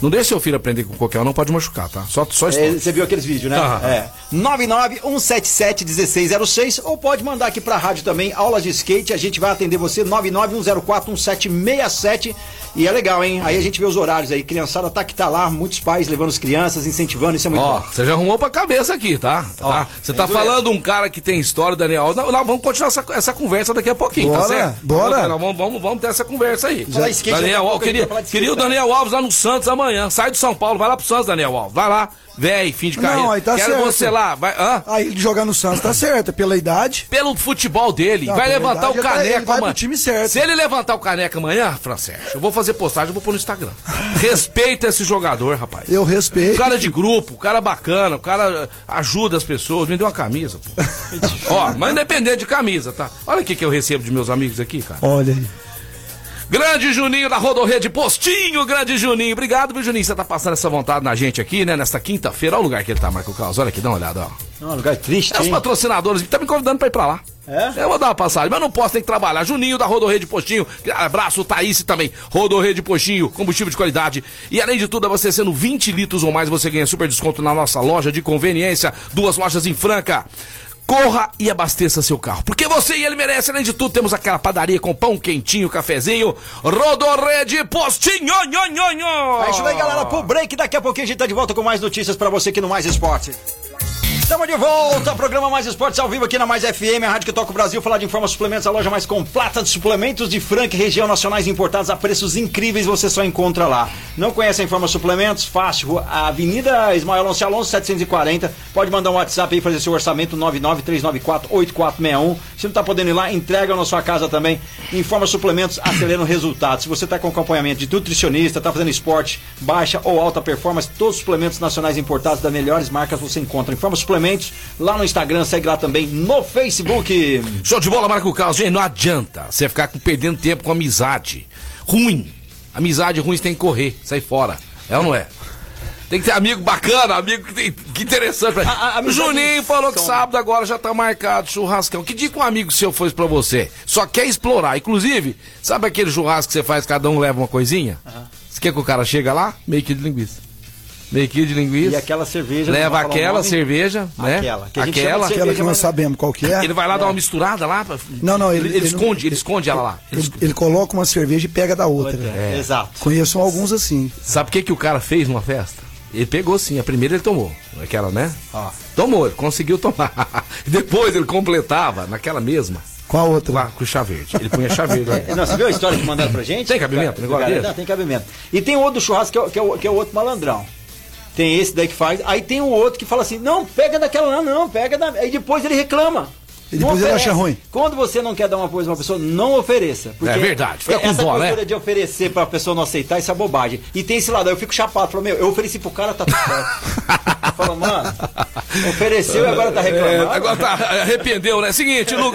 não deixe seu filho aprender com qualquer um, não pode machucar, tá? Só, só Ah. É, estuda. você viu aqueles vídeos, né? Aham. É. 991771606 ou pode mandar aqui pra rádio também, aulas de skate, a gente vai atender você 991041767 e é legal, hein? Aí a gente vê os horários aí, criançada tá que tá lá, muitos pais levando as crianças, incentivando, isso é muito Ó, bom. você já arrumou pra cabeça aqui, tá? Tá? Você tá falando um cara que tem história, Daniel. Alves. Não, não, vamos continuar essa, essa conversa daqui a pouquinho, tá Bora, certo? bora. Vamos, vamos, vamos, vamos ter essa conversa aí. Falar skate, daqui Daniel a Alves, pouco a gente queria, vai falar de queria o skate, tá? Daniel Alves lá no Santos amanhã. Sai do São Paulo, vai lá pro Santos, Daniel Alves. Vai lá. Véi, fim de Não, carreira. aí tá Quero certo. você lá. Vai, hã? Aí ele jogar no Santos tá certo, é pela idade. Pelo futebol dele, Não, vai pela levantar idade, o ele vai- caneco ele vai pro amanhã. time certo. Se ele levantar o caneco amanhã, Francesco, eu vou fazer postagem, eu vou pôr no Instagram. Respeita esse jogador, rapaz. Eu respeito. Cara é de grupo, cara bacana, o cara eh, ajuda as pessoas, me deu uma camisa, pô. Ó, mas independente de camisa, tá? Olha o que, que eu recebo de meus amigos aqui, cara. Olha aí. Grande Juninho da Rodorrede Postinho, grande Juninho. Obrigado, viu, Juninho? Você tá passando essa vontade na gente aqui, né? Nesta quinta-feira. Olha o lugar que ele tá, Marco Carlos. Olha aqui, dá uma olhada, ó. É um lugar triste, É os hein? patrocinadores estão me convidando pra ir pra lá. É? Eu vou dar uma passagem, mas não posso, tem que trabalhar. Juninho da Rodorrede Postinho, abraço, Thaís também. Rodorrede Postinho, combustível de qualidade. E além de tudo, é você sendo 20 litros ou mais, você ganha super desconto na nossa loja de conveniência, duas lojas em Franca. Corra e abasteça seu carro, porque você e ele merece. Além de tudo, temos aquela padaria com pão quentinho, cafezinho, Rodorrede Postinho. Nho, nho, nho. É isso daí, galera, pro break. Daqui a pouquinho a gente tá de volta com mais notícias pra você aqui no Mais Esporte. Estamos de volta, programa Mais Esportes ao vivo aqui na Mais FM, a rádio que toca o Brasil, falar de Informa Suplementos, a loja mais completa de suplementos de Franca, e região nacionais importados a preços incríveis, você só encontra lá. Não conhece a Informa Suplementos? Fácil, Rua- a Avenida Ismael Alonso Alonso 740, pode mandar um WhatsApp aí, fazer seu orçamento 993948461. Se não tá podendo ir lá, entrega na sua casa também. Informa Suplementos, acelera o resultado. Se você tá com acompanhamento de nutricionista, tá fazendo esporte, baixa ou alta performance, todos os suplementos nacionais importados das melhores marcas você encontra. Informa Suplementos lá no Instagram, segue lá também no Facebook. Show de bola, Marco Carlos. Gente, não adianta você ficar com- perdendo tempo com amizade ruim. Amizade ruim você tem que correr, sair fora. É ou não é? Tem que ter amigo bacana, amigo que, tem, que interessante. A- a- amizade Juninho falou que são- sábado agora já tá marcado churrascão. Que dia que um amigo seu fez pra você? Só quer explorar. Inclusive, sabe aquele churrasco que você faz, cada um leva uma coisinha? Você quer que o cara chega lá? Meio quilo de linguiça. Meio quilo de linguiça. E aquela cerveja. não Leva vou falar o aquela nome. cerveja, né? Aquela, que a gente chama aquela. de cerveja. Aquela que nós sabemos qual que é. Ele vai lá dar uma misturada lá? pra- Não, não, ele, ele- ele não- esconde, ele esconde ela lá. Ele Ele, esconde. ele coloca uma cerveja e pega da outra. É, Exato. Conheço alguns assim. Sabe o que, que o cara fez numa festa? Ele pegou sim, a primeira ele tomou. Aquela, né? Tomou, ele conseguiu tomar. Depois ele completava naquela mesma, Qual outra? lá com chá verde. Ele punha chá verde lá. É, Não, você viu a história que mandaram pra gente? Tem cabimento, Do negócio cara? desse? Não, tem cabimento. E tem outro churrasco que é, o- que, é o, que é o outro malandrão. Tem esse daí que faz. Aí tem o outro que fala assim: não, pega daquela lá, não, pega da. Aí depois ele reclama. E depois Não ele oferece. acha ruim. Quando você não quer dar uma coisa pra uma pessoa, não ofereça. porque É verdade, fica com essa dó, cultura né? de oferecer pra pessoa não aceitar, isso é bobagem. E tem esse lado, aí eu fico chapado, falo, meu, eu ofereci pro cara, tá tudo certo. Eu falo, mano, ofereceu e agora tá reclamando. É, agora tá, arrependeu, né? Seguinte, Lu-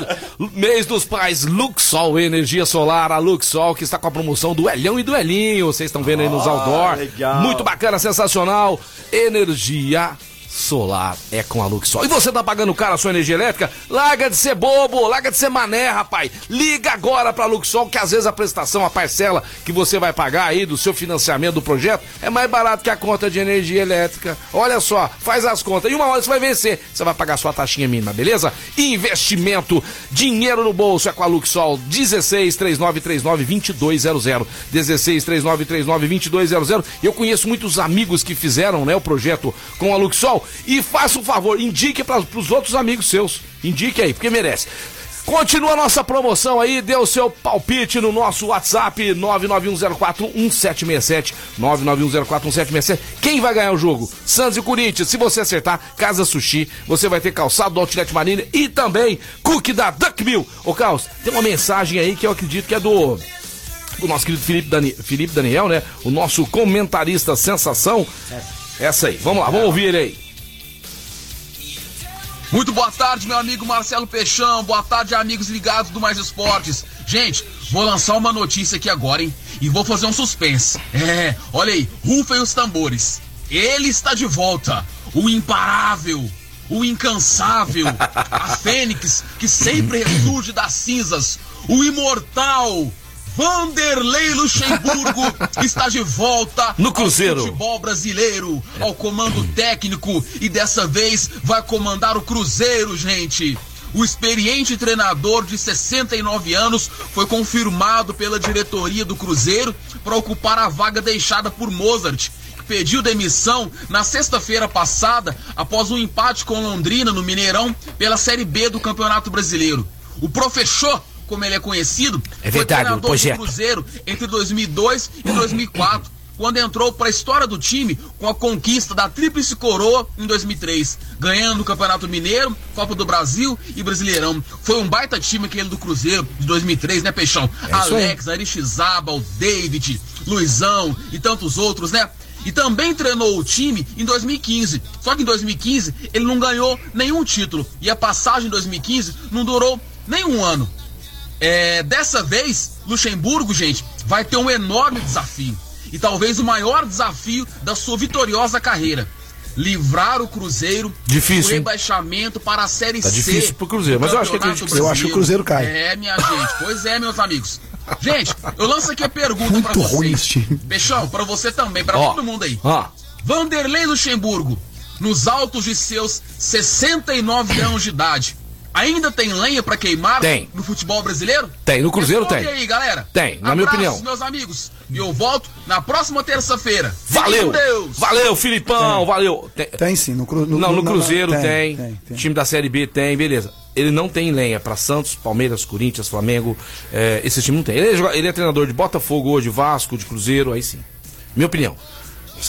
mês dos pais, Luxol Energia Solar, a Luxol que está com a promoção do Elhão e do Elinho. Vocês estão vendo aí nos outdoor. legal. Muito bacana, sensacional. Energia solar é com a Luxol. E você tá pagando caro a sua energia elétrica? Larga de ser bobo, larga de ser mané, rapaz. Liga agora pra Luxol que às vezes a prestação, a parcela que você vai pagar aí do seu financiamento do projeto é mais barato que a conta de energia elétrica. Olha só, faz as contas. E uma hora você vai vencer. Você vai pagar sua taxinha mínima, beleza? Investimento, dinheiro no bolso é com a Luxol. 16 3939 2200. 16 3939 2200. Eu conheço muitos amigos que fizeram, né, o projeto com a Luxol e faça um favor, indique para os outros amigos seus. Indique aí, porque merece. Continua a nossa promoção aí, dê o seu palpite no nosso WhatsApp 991041767, 991041767. Quem vai ganhar o jogo? Santos e Corinthians. Se você acertar, Casa Sushi, você vai ter calçado do Outlet Marina e também cookie da Duck Mill. Ô, Carlos, tem uma mensagem aí que eu acredito que é do do nosso querido Felipe, Dani- Felipe Daniel, né? O nosso comentarista sensação. Essa aí. Vamos lá, vamos ouvir ele aí. Muito boa tarde, meu amigo Marcelo Peixão. Boa tarde, amigos ligados do Mais Esportes. Gente, vou lançar uma notícia aqui agora, hein? E vou fazer um suspense. É, olha aí, rufem os tambores. Ele está de volta. O imparável, o incansável, a fênix que sempre ressurge das cinzas, o imortal. Vanderlei Luxemburgo está de volta No ao Cruzeiro. futebol futebol brasileiro ao comando técnico e dessa vez vai comandar o Cruzeiro, gente. O experiente treinador de 69 anos foi confirmado pela diretoria do Cruzeiro para ocupar a vaga deixada por Mozart, que pediu demissão na sexta-feira passada após um empate com Londrina no Mineirão pela Série B do Campeonato Brasileiro. O professor, como ele é conhecido, É verdade, o foi treinador do projeto. Cruzeiro entre 2002 e 2004. quando entrou para a história do time com a conquista da Tríplice Coroa em 2003, ganhando o Campeonato Mineiro, Copa do Brasil e Brasileirão. Foi um baita time aquele do Cruzeiro de 2003, né, Peixão? É isso aí. Alex, Arixizaba, o David, Luizão e tantos outros, né? E também treinou o time em 2015. Só que em 2015 ele não ganhou nenhum título. E a passagem em 2015 não durou nem um ano. É, dessa vez, Luxemburgo, gente, vai ter um enorme desafio. E talvez o maior desafio da sua vitoriosa carreira. Livrar o Cruzeiro Difícil, do hein? rebaixamento para a Série Tá C. difícil pro Cruzeiro, do mas eu acho que Campeonato acredito que- Eu acho que o Cruzeiro Brasileiro. cai. É, minha gente. Pois é, meus amigos. Gente, eu lanço aqui a pergunta para Muito ruim vocês. esse time. Peixão, pra você também, pra Ó, todo mundo aí. Vanderlei Luxemburgo, nos altos de seus 69 anos de idade, ainda tem lenha pra queimar Tem. no futebol brasileiro? Tem, no Cruzeiro Responde tem. aí, galera. Tem, na minha Abraços, opinião. meus amigos. E eu volto na próxima terça-feira. Fiquem Valeu! com Deus. Valeu, Filipão! Valeu! Tem, sim, no, cru, não, no Cruzeiro não, tem, Time da Série B tem, beleza. Ele não tem lenha pra Santos, Palmeiras, Corinthians, Flamengo. é, esse time não tem. Ele é, joga- ele é treinador de Botafogo hoje, Vasco, de Cruzeiro, aí sim. Minha opinião.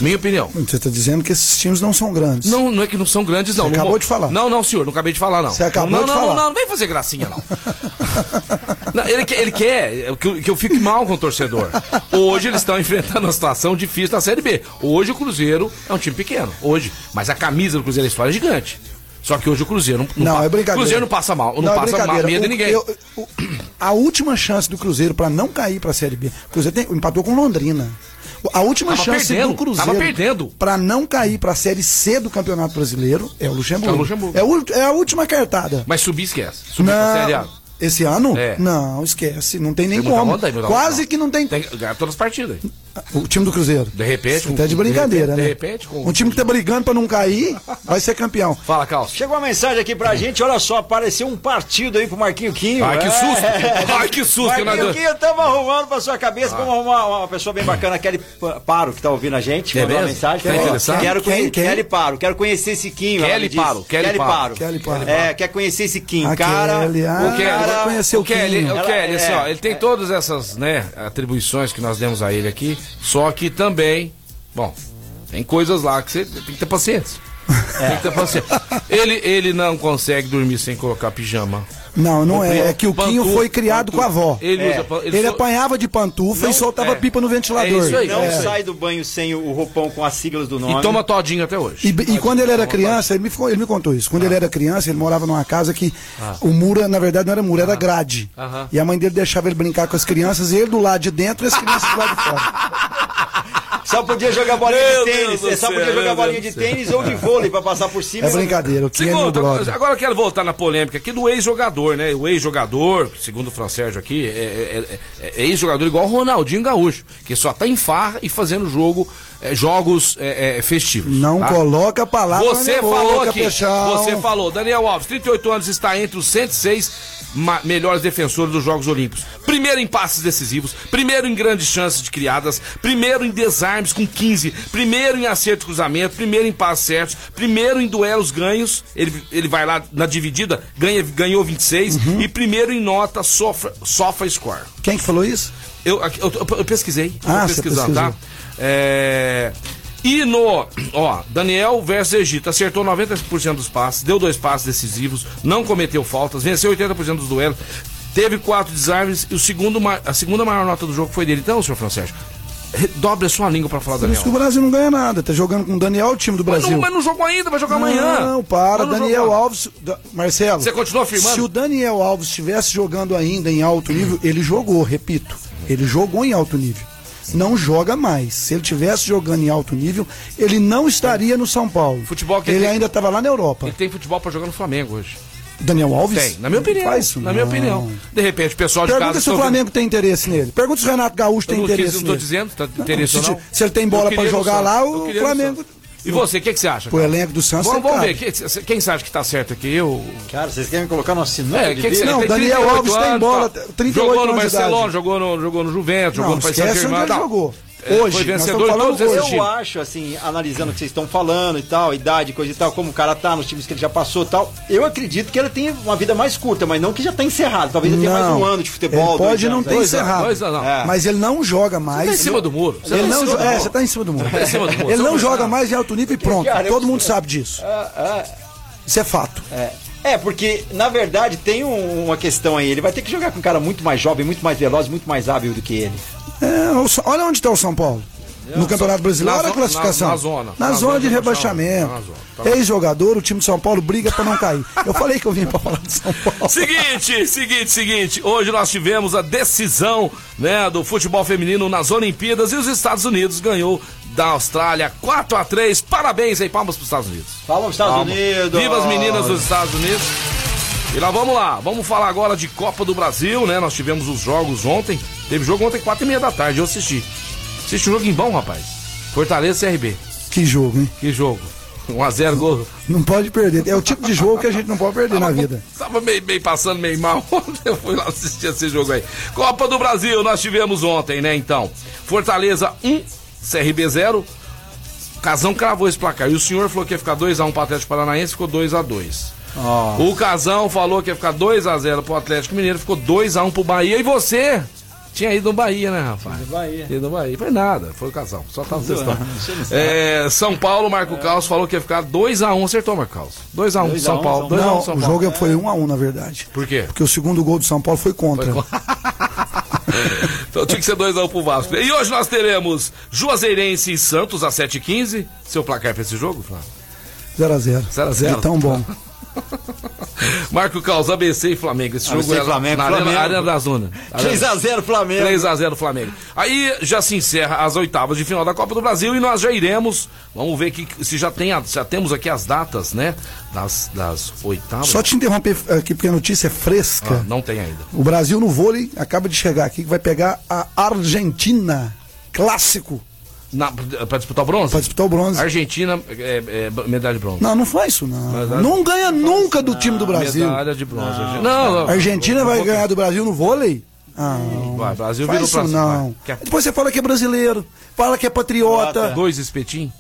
Minha opinião. Você está dizendo que esses times não são grandes. Não, não é que não são grandes, não. Você Não acabou vou- de falar. Não, não, senhor, não acabei de falar, não. Você acabou não, de não, falar. Não, não, não vem fazer gracinha, não. Não, ele, quer- ele quer é, que eu, que eu fique mal com o torcedor. Hoje eles estão enfrentando uma situação difícil na Série B. Hoje o Cruzeiro é um time pequeno, hoje. Mas a camisa do Cruzeiro é história é gigante. Só que hoje o Cruzeiro não, Não, pa- é brincadeira. O Cruzeiro não passa mal, não, Não, é passa mal brincadeira. medo de O- ninguém. eu- o- a última chance do Cruzeiro para não cair para a Série B, o Cruzeiro tem- empatou com Londrina. A última Tava chance perdendo, do Cruzeiro tava perdendo. para não cair para a Série C do Campeonato Brasileiro é o Luxemburgo. É o Luxemburgo. É o- é a última cartada. Mas subir esquece. Subir pra Série A. Esse ano? É. Não, esquece. Não tem nem Tem muita como. volta aí, muita volta, Quase que não tem. Tem que ganhar todas as partidas. O time do Cruzeiro. De repente, Até de com- brincadeira, de né? repente, com- Um time que tá brigando pra não cair, vai ser campeão. Fala, Calça. Chegou uma mensagem aqui pra gente, olha só, apareceu um partido aí pro Marquinho Quinho. Hum. Ai, que É. susto. Ai, que susto, Marquinho Renato. Ah. Quinho, tamo arrumando pra sua cabeça, vamos arrumar uma pessoa bem bacana, Kelly Pa- Paro, que tá ouvindo a gente, É mandou uma mesmo? mensagem. Tá Ó, interessado? Quero Quem, conhecer quem? Kelly Paro, quero conhecer esse Quinho. Kelly ela me disse. Paro, Kelly Paro. Kelly Kelly Paro. Paro. É, quer conhecer esse Quinho, Ah, cara. Kelly, ah, O Kelly, cara- vai conhecer o O Kelly, Quinho. o Kelly, Ela- assim, é, ó, ele tem todas essas, né, atribuições que nós demos a ele aqui, só que também, bom, tem coisas lá que você tem que ter paciência. Tem que ter paciência. Ele, ele não consegue dormir sem colocar pijama. Não, não Pantu- é. É que o Quinho pantu- foi criado com a avó. Ele É. usa pan- ele Ele so- apanhava de pantufa e soltava é. pipa no ventilador. Não É. sai do banho sem o o roupão com as siglas do nome. E toma todinho até hoje. E, e quando ele era criança, ele me, ficou- ele me contou isso. Quando ele era criança, ele morava numa casa que Ah. o muro, na verdade, não era muro, era grade. Aham. E a mãe dele deixava ele brincar com as crianças, e ele do lado de dentro e as crianças do lado de fora. Só podia jogar bolinha Meu de Deus tênis. é, do Só céu, podia jogar meu bolinha de Deus do tênis céu. ou de vôlei pra passar por cima. É brincadeira, o que é meu Segundo, brother. agora eu quero voltar na polêmica aqui do ex-jogador, né? O ex-jogador, segundo o Fran Sérgio aqui, é, é- é- é ex-jogador igual o Ronaldinho Gaúcho, que só tá em farra e fazendo jogo, é, jogos é, é, festivos. Não tá? coloca a palavra Você na minha falou boca, aqui, Peixão. você falou, Daniel Alves, 38 anos, está entre os 106 ma- melhores defensores dos Jogos Olímpicos. Primeiro em passes decisivos, primeiro em grandes chances de criadas, primeiro em desarmes com 15, primeiro em acerto de cruzamento, primeiro em passes certos, primeiro em duelos ganhos, ele, ele vai lá na dividida, ganha, ganhou 26, e primeiro em nota, sofra, sofra score. Quem que falou isso? Eu, aqui- eu, eu pesquisei. Ah, eu você pesquisando, pesquisou. tá? É, E no. Ó, Daniel versus Egito. Acertou 90% dos passes, deu dois passes decisivos, não cometeu faltas, venceu 80% dos duelos, teve quatro desarmes e o segundo, ma- a segunda maior nota do jogo foi dele. Então, senhor Francesco, dobre a sua língua pra falar do Por isso Daniel. que o Brasil não ganha nada. Tá jogando com o Daniel, o time do Mas Brasil. não, mas não jogou ainda, vai jogar amanhã. Não, para. Mas não Daniel jogou. Alves. da- Marcelo. Você continua afirmando? Se o Daniel Alves estivesse jogando ainda em alto nível, ele jogou, repito. Ele jogou em alto nível. Não joga mais. Se ele estivesse jogando em alto nível, ele não estaria no São Paulo. Futebol que ele tem- ainda estava lá na Europa. Ele tem futebol pra jogar no Flamengo hoje. Daniel Alves? Tem, na minha Não opinião. faz isso, na minha não. opinião. De repente, o pessoal de Pergunta casa. se o tá ouvindo- Flamengo tem interesse nele. Pergunta se o Renato Gaúcho Eu tem não interesse quis, eu nele. não tô dizendo, tá interesse se, ou não. ti- se ele tem Eu bola queria pra do jogar Santos. lá, Eu o queria do Flamengo. Santos. E você, o que, que você acha? Pro cara? elenco do Santos, é Vamos, tem vamos ver, cara. quem, quem você acha que tá certo aqui? Eu. Cara, vocês querem me colocar no sinuca É, de quem que você- bico? Não, tem Daniel 38 Alves tem anos, bola, tá? 38 Jogou no anos de Barcelona, idade. jogou no, jogou no Juventus, Não, jogou no Paris esquece onde Saint-Germain. ele tal. jogou. hoje, É, foi vencedor de todos esses Eu times. acho, assim, analisando o que vocês estão falando e tal, idade, coisa e tal, como o cara tá nos times que ele já passou e tal, eu acredito que ele tem uma vida mais curta, mas não que já tá encerrado. Talvez ele tenha mais um ano de futebol. Ele dois pode não anos, ter dois encerrado. anos. É. Mas ele não joga mais. tá em cima do muro. Você Ele tá em não cima jo- do é, muro. você tá em cima do muro. Você tá em cima do muro. Ele não Você tá joga mais em alto nível e pronto. Cara, eu- Todo mundo sabe disso. Ah, ah. É. É, porque, na verdade, tem um- uma questão aí. Ele vai ter que jogar com um cara muito mais jovem, muito mais veloz, muito mais hábil do que ele. É, o Sa- olha onde está o São Paulo. No Campeonato Brasileiro, É, na olha a zo- classificação. na- na zona. Na Na zona zona de de rebaixamento. rebaixamento. Na zona. Tá Ex-jogador, o time de São Paulo briga para não cair. Eu falei que eu vim para falar de São Paulo. Seguinte, seguinte, seguinte. Hoje nós tivemos a decisão né, do futebol feminino nas Olimpíadas e os Estados Unidos ganhou da Austrália 4 a 3 Parabéns aí, palmas para os Estados Unidos. Palmas pros Estados Unidos! Viva as meninas dos Estados Unidos. E lá vamos lá, vamos falar agora de Copa do Brasil, né? Nós tivemos os jogos ontem. Teve jogo ontem, 4 e meia da tarde, eu assisti. Assisti um jogo em bom, rapaz. Fortaleza e CRB. Que jogo, hein? Que jogo. 1x0, gol. Não pode perder. É o tipo de jogo que a gente não pode perder na vida. Tava meio, meio passando meio mal ontem, eu fui lá assistir esse jogo aí. Copa do Brasil, nós tivemos ontem, né, então. Fortaleza 1, CRB 0. Casão cravou esse placar. E o senhor falou que ia ficar 2x1 pro Atlético Paranaense, ficou 2x2. O Casão falou que ia ficar 2x0 pro Atlético Mineiro, ficou 2x1 pro Bahia. E você? Tinha ido no Bahia, né, rapaz? Bahia. Ido no Bahia. Foi nada, foi o Casão. Só tá no sextão. Você não sabe. É, São Paulo, Marco Carlos falou que ia ficar 2x1, acertou, Marco Carlos. 2x1 São Paulo. 2x1 Não, São o Paulo. jogo foi 1 a 1 na verdade. Por quê? Porque o segundo gol do São Paulo foi contra. Então tinha que ser 2x1 pro Vasco. E hoje nós teremos Juazeirense e Santos às 7h15. Seu placar pra esse jogo, Flávio? 0 a 0. 0 a 0. De tão bom. Marco Caos, ABC e Flamengo. Esse jogo ABC e é Flamengo, na Arena, Flamengo. Arena da Zona. 3 a 0 Flamengo. 3x0 Flamengo. Aí já se encerra as oitavas de final da Copa do Brasil e nós já iremos. Vamos ver que, se já, tem, a- já temos aqui as datas, né? Das, das oitavas. Só te interromper aqui porque a notícia é fresca. Ah, não tem ainda. O Brasil no vôlei acaba de chegar aqui, que vai pegar a Argentina. Clássico. Na, pra disputar o bronze? Pra disputar o bronze. Argentina, é, é, medalha de bronze. Não, não faz isso, não. Mas a- Ah, não ganha nunca do time do Brasil. Medalha de bronze. Argentina. A Argentina vai ganhar do Brasil no vôlei? Ah, não. Vai, Brasil faz virou isso, pra cima, não. vai. Quer- Depois você fala que é brasileiro, fala que é patriota. Dois espetinhos?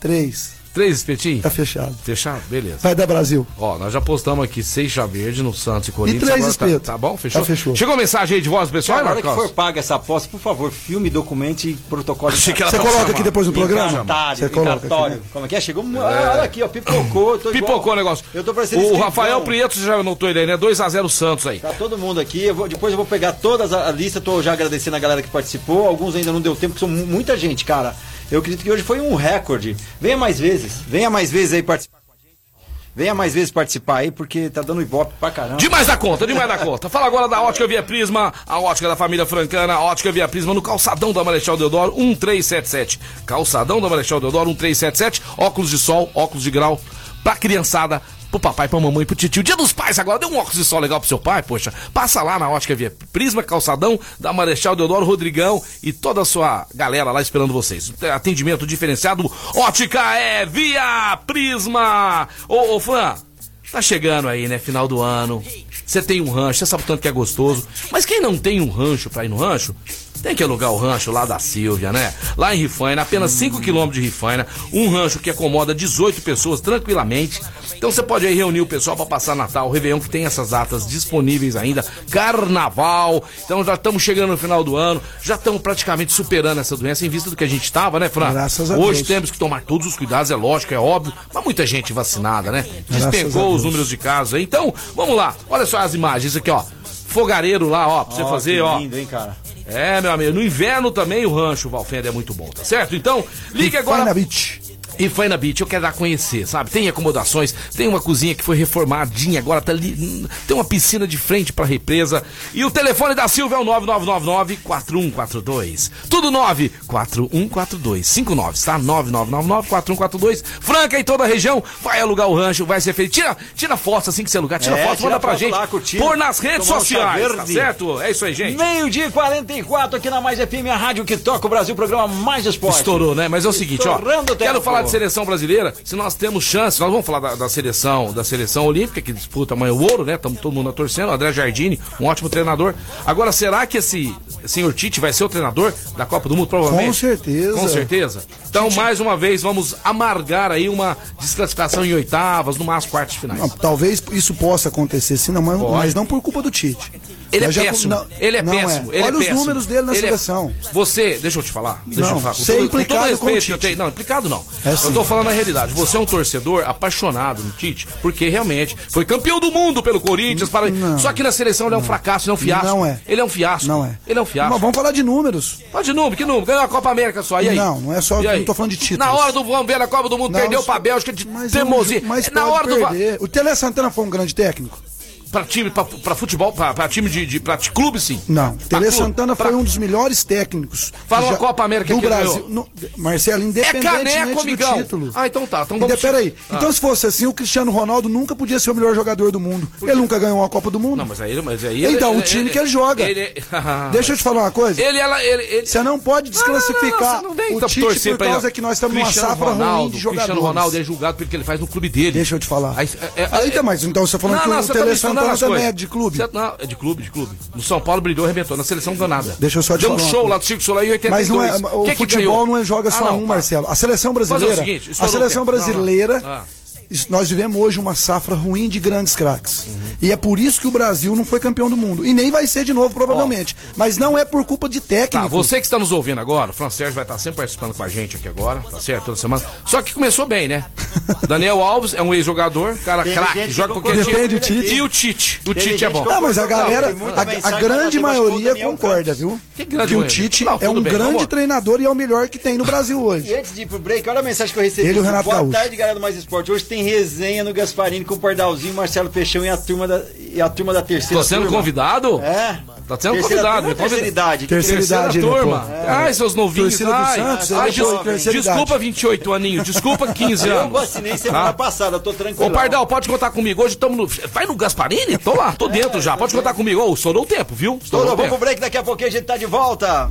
Três. Três espetinhos? Tá fechado. Fechado? Beleza. Vai dar Brasil. Ó, nós já postamos aqui seixa verde no Santos e Corinthians. três Agora tá- espetos. Tá, bom? Fechou? Tá, fechou. Chegou mensagem aí de voz, do pessoal, Cara, na hora que Marcos? for paga essa aposta, por favor, filme, documente e protocolo. Achei que ela Você tava coloca aqui chamando. depois no Em programa? cartaz, Você em coloca aqui, cartório. né? Como é que é? Chegou. mu- Ah, Olha aqui, ó, pipocou. eu tô igual- Pipocou o negócio. Eu tô parecendo o escrivão. Rafael Prieto, você já anotou ele aí, né? 2x0 Santos aí. Tá todo mundo aqui. Eu vou- depois eu vou pegar todas a, a lista. Tô já agradecendo a galera que participou. Alguns ainda não deu tempo, que são mu- muita gente, cara. Eu acredito que hoje foi um recorde. Venha mais vezes. Venha mais vezes aí participar com a gente. Venha mais vezes participar aí, porque tá dando ibope pra caramba. Demais da conta, demais da conta. Fala agora da Ótica Via Prisma, a ótica da família francana, a Ótica Via Prisma no calçadão da Marechal Deodoro 1377. Calçadão da Marechal Deodoro 1377, óculos de sol, óculos de grau pra criançada. Pro papai, pra mamãe, pro tio. Dia dos pais agora, deu um óculos de sol legal pro seu pai, poxa. Passa lá na Ótica Via Prisma, calçadão da Marechal Deodoro Rodrigão e toda a sua galera lá esperando vocês. Atendimento diferenciado, Ótica é Via Prisma. Ô, ô Fran, Tá chegando aí, né? Final do ano. Você tem um rancho, você sabe o tanto que é gostoso. Mas quem não tem um rancho pra ir no rancho, tem que alugar o rancho lá da Silvia, né? Lá em Rifaina, apenas 5 quilômetros de Rifaina, um rancho que acomoda 18 pessoas tranquilamente. Então você pode aí reunir o pessoal pra passar Natal, Réveillon, que tem essas datas disponíveis ainda, Carnaval. Então já estamos chegando no final do ano, já estamos praticamente superando essa doença em vista do que a gente estava, né, Fran? Graças a Hoje Deus. temos que tomar todos os cuidados, é lógico, é óbvio, mas muita gente vacinada, né? Graças a Despegou Deus. os números de casos aí. Então, vamos lá. Olha só as imagens aqui, ó. Fogareiro lá, ó, pra você Ó, fazer, que ó. lindo, hein, cara? É, meu amigo, no inverno também o rancho Valfenda é muito bom, tá certo? Então, ligue agora. né? Fine Beach. E foi na Beach, eu quero dar a conhecer, sabe? Tem acomodações, tem uma cozinha que foi reformadinha agora, tá ali, tem uma piscina de frente pra represa. E o telefone da Silva é o 9999-4142. Tudo 9-4142-59, tá? 9999-4142. Franca em toda a região, vai alugar o rancho, vai ser feito. Tira, tira foto assim que você alugar, tira É, foto, tira manda pra foto gente. lá, curtindo, Pôr nas redes tomar um chá sociais, tá verde. certo? É isso aí, gente. Meio dia e 44 aqui na Mais FM, a rádio que toca o Brasil, programa Mais Esporte. Estourou, né? Mas é o seguinte, ó. Estourando o tempo. Quero falar de de seleção brasileira, se nós temos chance, nós vamos falar da, da seleção, da seleção olímpica, que disputa amanhã o ouro, né? Estamos todo mundo torcendo, o André Jardini, um ótimo treinador. Agora, será que esse senhor Tite vai ser o treinador da Copa do Mundo? Provavelmente. Com certeza. Com certeza. Então, mais uma vez, vamos amargar aí uma desclassificação em oitavas, no máximo quartas de finais. Não, talvez isso possa acontecer, sim, não, mas, mas não por culpa do Tite. Ele é, Nós já- péssimo, não- ele é não péssimo. ele é Olha os péssimo. números dele na Ele é- seleção. Você, deixa eu te falar. Deixa Não, eu te falar. você é implicado com o que eu tenho. Não, implicado não. É eu sim. tô falando a realidade. Você é um torcedor apaixonado no Tite, porque realmente foi campeão do mundo pelo Corinthians. Para... Só que na seleção ele é um fracasso, ele é um fiasco. Não é. Ele é um fiasco. Não é. Ele é um fiasco. Mas vamos falar de números. Mas de número, que número? Ganhou a Copa América só, e aí? Não, não é só- E aí? não tô falando de títulos. Na hora do Vamos ver na Copa do Mundo, Não, perdeu isso- pra Bélgica de é um teimosia. ju- mas Na pode hora do... va- perder. O Tele Santana foi um grande técnico? Pra time, pra, pra futebol, pra, pra time de, de pra de clube, sim. Não. Tele clube, Santana foi um dos melhores técnicos. Falou Já- a Copa América do que ele Brasil. ganhou. No, Marcelo, É independentemente caneco, do amigão. título. Ah, então tá. Então Inde- vamos... Peraí. Ah. Então, se fosse assim, o Cristiano Ronaldo nunca podia ser o melhor jogador do mundo. Ele nunca ganhou uma Copa do Mundo. Não, mas é- aí... Mas aí Então, o time que ele joga. ele- Deixa eu te falar uma coisa. Ele, ela, ele, ele... Você não pode desclassificar Ah, Não, não, não, você não vem o tam- Tite torcer por pra ele, causa ó. que nós estamos numa Cristiano safra ruim Ronaldo, de jogadores. Cristiano Ronaldo é julgado pelo que ele faz no clube dele. Deixa eu te falar. Aí, é, é, Aí tá, mas então você falando que o você Tele misturando Santana as também coisas. é de clube? Você- não, é de clube, de clube. No São Paulo brilhou, arrebentou. Na seleção não ganhou nada. Deixa eu só te Deu falar um uma show coisa. lá do Circo Solar em 82. Mas não é, o Quem que futebol ganhou? não é joga só Ah, não, um, pá. Marcelo. A seleção Fazer o brasileira. seguinte, a estourou o seleção tempo. Não, não. brasileira. Ah. isso- Nós vivemos hoje uma safra ruim de grandes craques. Uhum. E é por isso que o Brasil não foi campeão do mundo. E nem vai ser de novo, provavelmente. Mas não é por culpa de técnico. Tá, você que está nos ouvindo agora, o Fran Sérgio vai estar sempre participando com a gente aqui agora, tá certo? Toda semana. Só que começou bem, né? Daniel Alves é um ex-jogador, cara Tem gente craque, que joga não qualquer time. concorda com o Tite. E o Tite. O Tem Tite gente é bom. que Não, mas a galera, a- a, grande maioria concorda, viu? Que Que, grande o maioria. Tite Não, é tudo um bem, grande vambora. treinador e é o melhor que tem no Brasil hoje. E antes de ir pro break, olha a mensagem que eu recebi. Ele e o Renato Boa Gaúcho. tarde, galera do Mais Esporte. Hoje tem resenha no Gasparini com o Pardalzinho, Marcelo Peixão e a turma da, e a turma da terceira Tô sendo turma. convidado? É. Tá sendo Terceira convidado, turma me ou terceira convida. idade? Terceira idade, Terceira turma. turma. É. Ai, seus novinhos. Torcida do Ai, Santos, ai, é des- jovem. Terceira idade. desculpa 28 aninhos, desculpa 15 Eu anos. vacinei semana Tá? passada, eu tô tranquilo. Ô, Pardal, pode contar comigo. Hoje estamos no. Vai no Gasparini? Tô lá, tô dentro já. Pode contar comigo. Ô, estourou o tempo, viu? Estourou Todo, o vamos pro um tempo. break, daqui a pouquinho a gente tá de volta.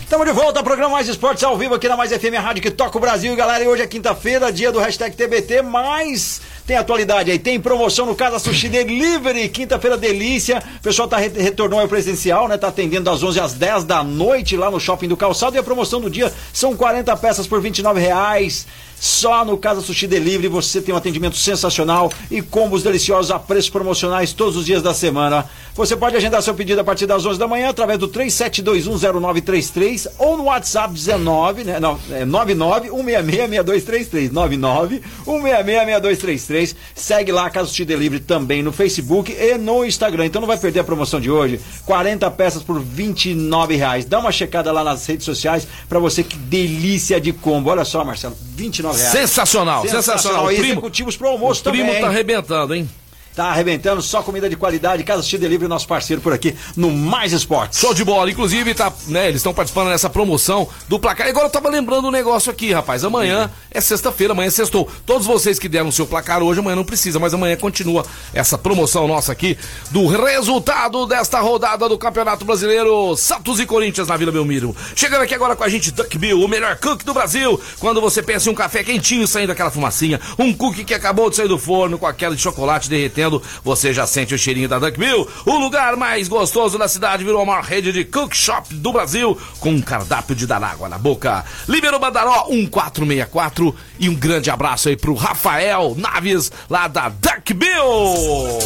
Estamos de volta ao programa Mais Esportes ao vivo aqui na Mais FM a Rádio que toca o Brasil, galera. E hoje é quinta-feira, dia do hashtag TBT, mas tem atualidade aí. Tem promoção no Casa Sushi Delivery, quinta-feira delícia. O pessoal tá re- retornou ao presencial, né? Tá atendendo das 11 às 10 da noite lá no Shopping do Calçado. E a promoção do dia são 40 peças por R$ 29 reais. Só no Casa Sushi Delivery você tem um atendimento sensacional e combos deliciosos a preços promocionais todos os dias da semana. Você pode agendar seu pedido a partir das 11 da manhã através do 37210933 ou no WhatsApp 19, né? Não, é 991666233. 991666233. Segue lá Casa Sushi Delivery também no Facebook e no Instagram. Então não vai perder a promoção de hoje. 40 peças por R$ 29 reais. Dá uma checada lá nas redes sociais pra você que delícia de combo. Olha só, Marcelo, R$ 29 reais. Sensacional, sensacional. E Primo- executivos pro almoço o primo também. tá hein? arrebentando, hein? Tá arrebentando, só comida de qualidade. Casa Sushi Delivery, nosso parceiro por aqui no Mais Esportes. Show de bola. Inclusive, tá, né, eles estão participando dessa promoção do placar. E Agora eu tava lembrando um negócio aqui, rapaz. Amanhã é sexta-feira, amanhã é sextou. Todos vocês que deram o seu placar hoje, amanhã não precisa, mas amanhã continua essa promoção nossa aqui do resultado desta rodada do Campeonato Brasileiro Santos e Corinthians na Vila Belmiro. Chegando aqui agora com a gente, Duck Bill, o melhor cook do Brasil. Quando você pensa em um café quentinho saindo aquela fumacinha, um cookie que acabou de sair do forno com aquela de chocolate derretendo, você já sente o cheirinho da Duck Bill. O lugar mais gostoso da cidade virou a maior rede de cook shop do Brasil, com um cardápio de dar água na boca. Libero Bandaró 1464 e um grande abraço aí pro Rafael Naves, lá da Duck Bill.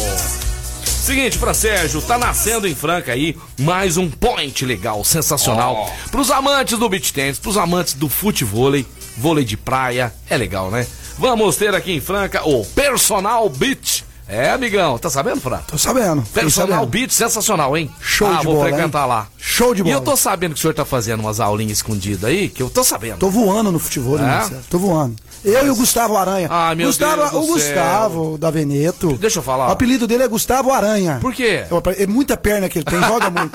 Seguinte, pra Sérgio, tá nascendo em Franca aí mais um point legal, sensacional. Pros amantes do beach tennis, pros amantes do futevôlei, vôlei de praia, é legal, né? Vamos ter aqui em Franca o Personal Beach. É, amigão, tá sabendo, Fran? Tô sabendo. fiquei Personal sabendo. Beach, sensacional, hein? Show ah, de vou bola, frequentar hein? lá. Show de E eu bola. tô sabendo que o senhor tá fazendo umas aulinhas escondidas aí, que eu tô sabendo. Tô voando no futebol, né, É? Marcelo? Tô voando. Eu e o Gustavo Aranha. Ah, meu Gustavo, Deus do o céu. Gustavo da Veneto. Deixa eu falar. O apelido dele é Gustavo Aranha. Por quê? É uma- É muita perna que ele tem, joga muito.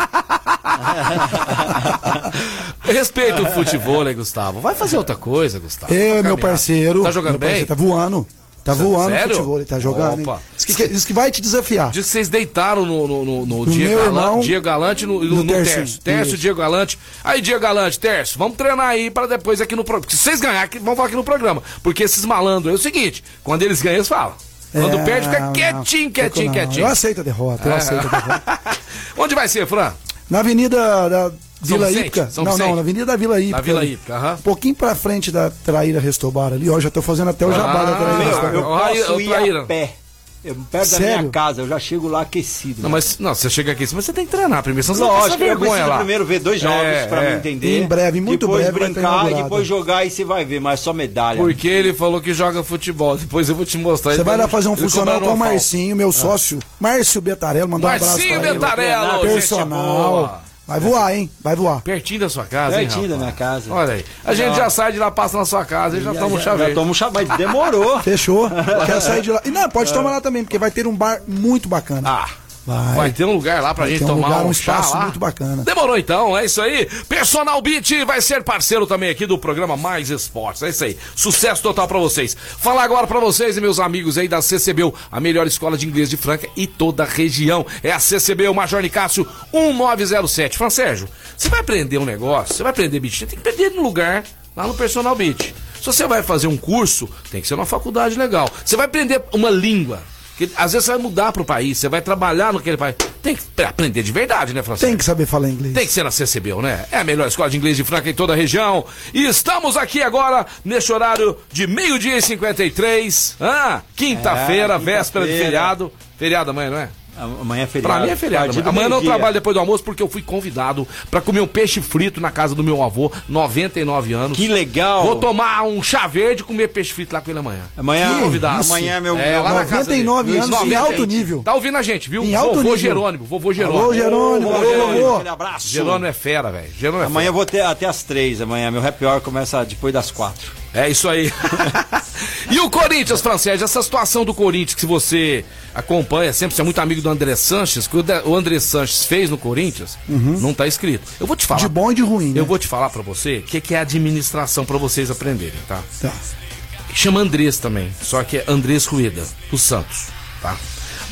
Respeita o futebol, né, Gustavo? Vai fazer outra coisa, Gustavo. Eu é Vai meu caminhar. parceiro. Tá jogando meu bem? parceiro Tá voando. Tá Sé- voando sério? o futebol, ele tá jogando. hein? Opa. Diz que, diz que vai te desafiar. Diz que vocês deitaram no, no, no, no Diego, meu Galan- irmão- Diego Galante e no, no, no no Tércio. Tércio. Tércio, Isso. Diego Galante. Aí, Diego Galante, Tércio, vamos treinar aí pra depois aqui no programa. Se vocês ganharem, aqui, vamos falar aqui no programa. Porque esses malandros é o seguinte: quando eles ganham, eles falam. Quando É, perde, fica não, quietinho, quietinho, não. quietinho. Eu aceito a derrota, eu É. aceito a derrota. Onde vai ser, Fran? Na Avenida da Vila Vicente, Ípica. São Não, Vicente. não, na Avenida da Vila Ípica. Na Vila ali. Ípica, aham. Um pouquinho pra frente da Traíra Restobar ali, ó. Já tô fazendo até o Ah, jabá da Traíra Restobar. Ah, eu olha, posso eu ir tô aí, não. a pé. Eu, perto da Sério? minha casa, eu já chego lá aquecido. Não, mas não, você chega aqui, mas você tem que treinar primeiro, senão você Lógico, não passa eu vergonha preciso lá. É, primeiro ver dois jogos pra me entender. Em breve, muito depois breve vai ter brincar e inaugurado. depois jogar e você vai ver, mas só medalha. Porque ele falou que joga futebol. Depois eu vou te mostrar. Você Ele vai tá- lá fazer um ele funcional cobrando com o uma falta. Marcinho, meu sócio. Márcio Betarello, mandar um abraço pra Marcinho ele. Betarello, gente boa. Personal. Vai voar, hein? Vai voar. Pertinho da sua casa, hein, Pertinho da rapaz? minha casa. Olha aí. A gente já sai de lá, passa na sua casa e já, toma um chá Já verde. tomo um chá, mas demorou. Fechou. Quero sair de lá. E não, pode tomar lá também, porque vai ter um bar muito bacana. É. Ah, vai. ter um lugar lá pra Vai gente ter um tomar lugar, um, um chá espaço lá. muito bacana. Demorou então, é isso aí. Personal Beat vai ser parceiro também aqui do programa Mais Esportes. É isso aí. Sucesso total pra vocês. Falar agora pra vocês e meus amigos aí da CCBU, a melhor escola de inglês de Franca e toda a região. É a CCBU Major Nicásio 1907. Fran Sérgio, você vai aprender um negócio, você vai aprender beat, você tem que aprender no lugar, lá no Personal Beat. Se você vai fazer um curso, tem que ser numa faculdade legal. Você vai aprender uma língua. que às vezes você vai mudar pro país, você vai trabalhar naquele país. Tem que aprender de verdade, né, Fran? Tem que saber falar inglês. Tem que ser na CCBU, né? É a melhor escola de inglês de Franca em toda a região. E estamos aqui agora, neste horário de meio-dia e 53. Ah, quinta-feira, É, véspera de quinta-feira. feriado. Feriado amanhã, não é? Amanhã é feriado. Pra mim é feriado. Partido Amanhã, amanhã eu não meio-dia. trabalho depois do almoço porque eu fui convidado pra comer um peixe frito na casa do meu avô, 99 anos. Que legal. Vou tomar um chá verde e comer peixe frito lá com ele amanhã. Amanhã, Fui convidado. amanhã é meu. É, lá na casa dele. 99 anos em 99. alto nível. Tá ouvindo a gente, viu? Em alto vovô nível. Jerônimo, vovô Jerônimo. Alô, Jerônimo, Vovô alô, vovô. Aquele abraço. Jerônimo é fera, velho. Jerônimo é Amanhã eu vou ter até as três amanhã. Meu happy hour começa depois das quatro. É isso aí. e o Corinthians, Francês, essa situação do Corinthians que você acompanha sempre, você é muito amigo do André Sanches, que o Da- o André Sanches fez no Corinthians, não tá escrito. Eu vou te falar. Uhum. De bom e de ruim, né? Eu vou te falar pra você o que, que é administração pra vocês aprenderem, tá? Tá. Chama Andrés também, só que é Andrés Rueda, do Santos, tá?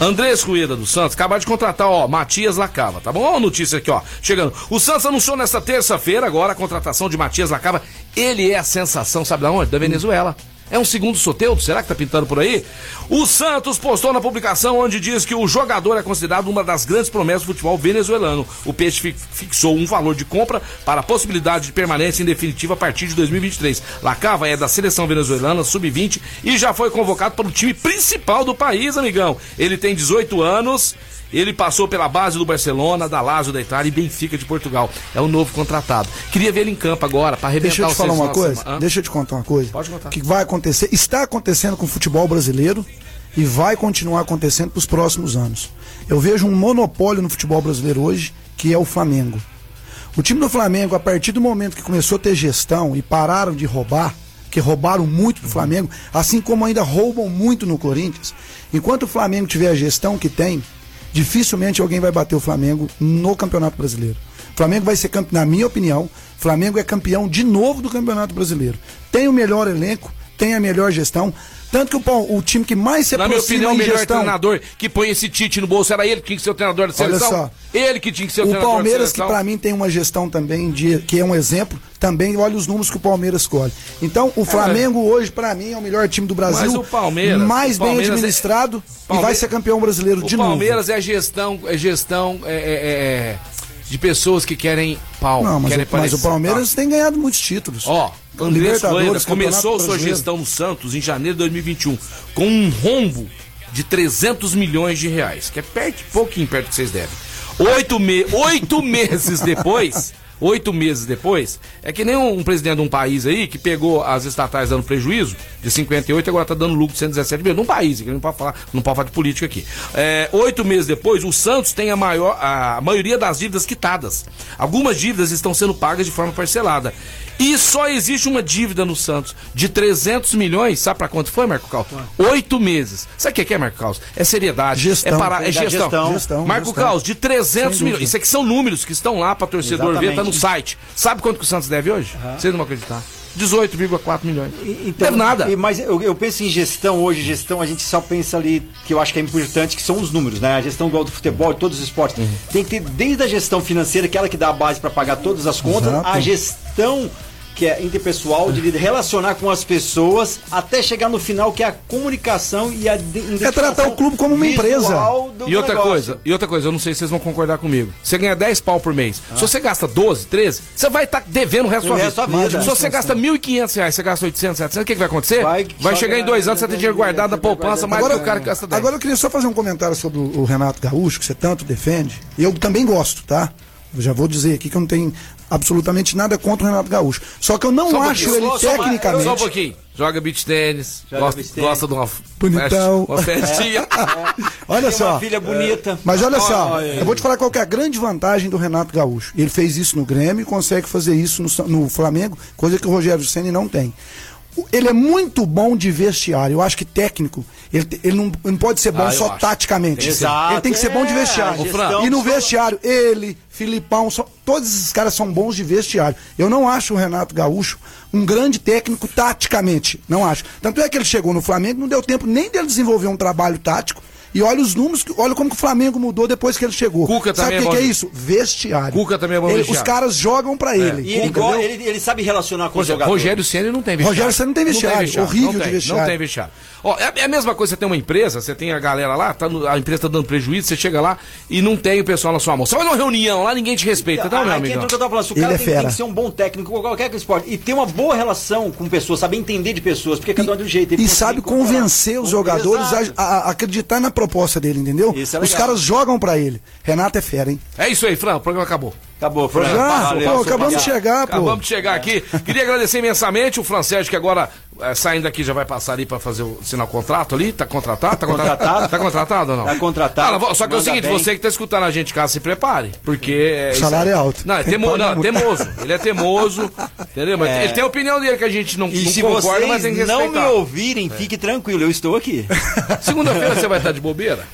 Andrés Rueda do Santos, acabar de contratar, ó, Matias Lacava, tá bom? Ó, a notícia aqui, ó, chegando. O Santos anunciou nesta terça-feira agora a contratação de Matias Lacava. Ele é a sensação, sabe da onde? Da Venezuela. É um segundo soteudo? Será que tá pintando por aí? O Santos postou na publicação onde diz que o jogador é considerado uma das grandes promessas do futebol venezuelano. O Peixe fi- fixou um valor de compra para a possibilidade de permanência em definitiva a partir de 2023. Lacava é da seleção venezuelana sub-20 e já foi convocado para o time principal do país, amigão. Ele tem 18 anos. Ele passou pela base do Barcelona, da Lazio da Itália e Benfica de Portugal. É o novo contratado. Queria ver ele em campo agora para arrebentar Deixa eu te o falar sexto uma na coisa. semana. Hã? Deixa eu te contar uma coisa. Pode contar. Que vai acontecer, está acontecendo com o futebol brasileiro e vai continuar acontecendo para os próximos anos. Eu vejo um monopólio no futebol brasileiro hoje, que é o Flamengo. O time do Flamengo, a partir do momento que começou a ter gestão e pararam de roubar, que roubaram muito do Flamengo, assim como ainda roubam muito no Corinthians, enquanto o Flamengo tiver a gestão que tem, dificilmente alguém vai bater o Flamengo no Campeonato Brasileiro. O Flamengo vai ser campeão, na minha opinião, o Flamengo é campeão de novo do Campeonato Brasileiro. Tem o melhor elenco, tem a melhor gestão, tanto que o, Pau- o time que mais se Na minha aproxima opinião, o em melhor gestão, treinador que põe esse Tite no bolso era ele que tinha que ser o treinador da Olha seleção. só. Ele que tinha que ser o, O treinador Palmeiras, da que seleção. pra mim tem uma gestão também, de, que é um exemplo, também olha os números que o Palmeiras colhe. Então, o Flamengo hoje, pra mim, é o melhor time do Brasil. É. Mas o Palmeiras- Mais o bem Palmeiras é- administrado e vai Palmeiras- ser campeão brasileiro de o novo. Palmeiras é gestão, é gestão é, é, é, de pessoas que querem pau. Não, mas, querem o- mas o parecer- Tá. Palmeiras tem ganhado muitos títulos. Ó, Andrés Libertadores, Rueda começou Campeonato sua Brasileiro. gestão no Santos em janeiro de 2021 com um rombo de 300 milhões de reais, que é perto, pouquinho perto do que vocês devem. Oito, me- oito meses depois, oito meses depois, é que nem um presidente de um país aí que pegou as estatais dando prejuízo de 58 e agora tá dando lucro de 117 milhões. Num país, que não pode falar, não pode falar de política aqui. É, oito meses depois, o Santos tem a, maior, a maioria das dívidas quitadas. Algumas dívidas estão sendo pagas de forma parcelada. E só existe uma dívida no Santos de 300 milhões, sabe pra quanto foi, Marco Caos? Oito meses. Sabe o que que é, Marco Caos? É seriedade, Gestão. é parar, é gestão. Gestão, gestão, Marco gestão. Caos, de 300 Sem milhões. dúvida. Isso aqui são números que estão lá pra torcedor ver, tá no Exatamente. site. Sabe quanto que o Santos deve hoje? Vocês não vão acreditar. 18,4 milhões. Então, não é nada. e- mas eu, eu penso em gestão hoje, gestão, a gente só pensa ali, que eu acho que é importante, que são os números, né? A gestão igual do futebol, de todos os esportes. Uhum. Tem que ter desde a gestão financeira, que é ela que dá a base para pagar todas as contas, Exato. a gestão que é interpessoal, de relacionar com as pessoas, até chegar no final, que é a comunicação e a É tratar o clube como uma empresa. E outra coisa, e outra coisa, eu não sei se vocês vão concordar comigo. Você ganha 10 pau por mês. Ah. Se você gasta 12, 13, você vai estar devendo o resto O da resto sua da vida. vida. Se né? você gasta 1.500 reais, você gasta 800, 700, o que, que vai acontecer? Vai, só chegar em ganhar dois anos, você tem dinheiro guardado na poupança, mais do que o cara que gasta 10. Agora eu queria só fazer um comentário sobre o o Renato Gaúcho, que você tanto defende. Eu também gosto, tá? Eu já vou dizer aqui que eu não tenho absolutamente nada contra o Renato Gaúcho. Só que eu não Só um acho pouquinho. Só- ele só- tecnicamente. Só um pouquinho. Joga beach tênis, Joga gosta, beach tênis. gosta de uma, Bonitão. uma festinha. Olha Tem só. é, uma filha bonita. Mas olha só, Olha aí. eu vou te falar qual que é a grande vantagem do Renato Gaúcho. Ele fez isso no Grêmio e consegue fazer isso no, Sa- no Flamengo, coisa que o Rogério Ceni não tem. O- Ele é muito bom de vestiário. Eu acho que técnico, ele, te- ele não, não pode ser bom Ah, eu só acho. taticamente. Tem que ser- Exato. Ele tem que ser bom de É, vestiário. a gestão E no vestiário, ele, Filipão, só- todos esses caras são bons de vestiário. Eu não acho o Renato Gaúcho um grande técnico taticamente. Não acho. Tanto é que ele chegou no Flamengo, não deu tempo nem dele desenvolver um trabalho tático. E olha os números, que- olha como que o Flamengo mudou depois que ele chegou. Cuca Sabe também o é que, bom que é de- isso? Vestiário. Cuca também é bom de Ele- Os vestiário. É. caras jogam pra ele. E ele, entendeu? é, go- ele, ele sabe relacionar com o Rogério, jogador. Rogério Ceni não tem vestiário. Rogério Ceni não tem vestiário, horrível não de tem, vestiário. Não tem vestiário. Ó, é, é a mesma coisa, você tem uma empresa, você tem a galera lá, tá no- a empresa tá dando prejuízo, você chega lá e não tem o pessoal na sua mão. Você vai numa reunião lá, ninguém te respeita, tá, Ah, meu aqui entra amigão? o que eu tava falando, se o Ele cara é tem, fera. tem que ser um bom técnico, com qualquer esporte, e ter uma boa relação com pessoas, saber entender de pessoas, porque cada um é de um jeito. ele E consegue sabe comparar. convencer os jogadores a, a- a acreditar na proposta dele, entendeu? Isso é os legal. caras jogam pra ele. Renato é fera, hein? É isso aí, Fran, o programa acabou. Acabou, Ah, Fran. Já? Pô, acabamos de chegar, pô. Acabamos de chegar aqui. Queria agradecer imensamente o Fran Sérgio, que agora, eh, saindo aqui, já vai passar ali pra fazer o sinal contrato ali. Tá contratado? Tá contratado? Contratado. Tá contratado ou não? Tá contratado. Ah, não, só que é o Manda seguinte, bem. você que tá escutando a gente em casa, se prepare. Porque. é O isso salário aí. é alto. Não, é temo- Pode não, mudar. temoso. Ele é temoso. Entendeu? Mas É. ele tem a opinião dele que a gente não, E não se concorda, mas tem que vocês não me respeitar. ouvirem, fique tranquilo, eu estou aqui. Segunda-feira você vai estar de bobeira?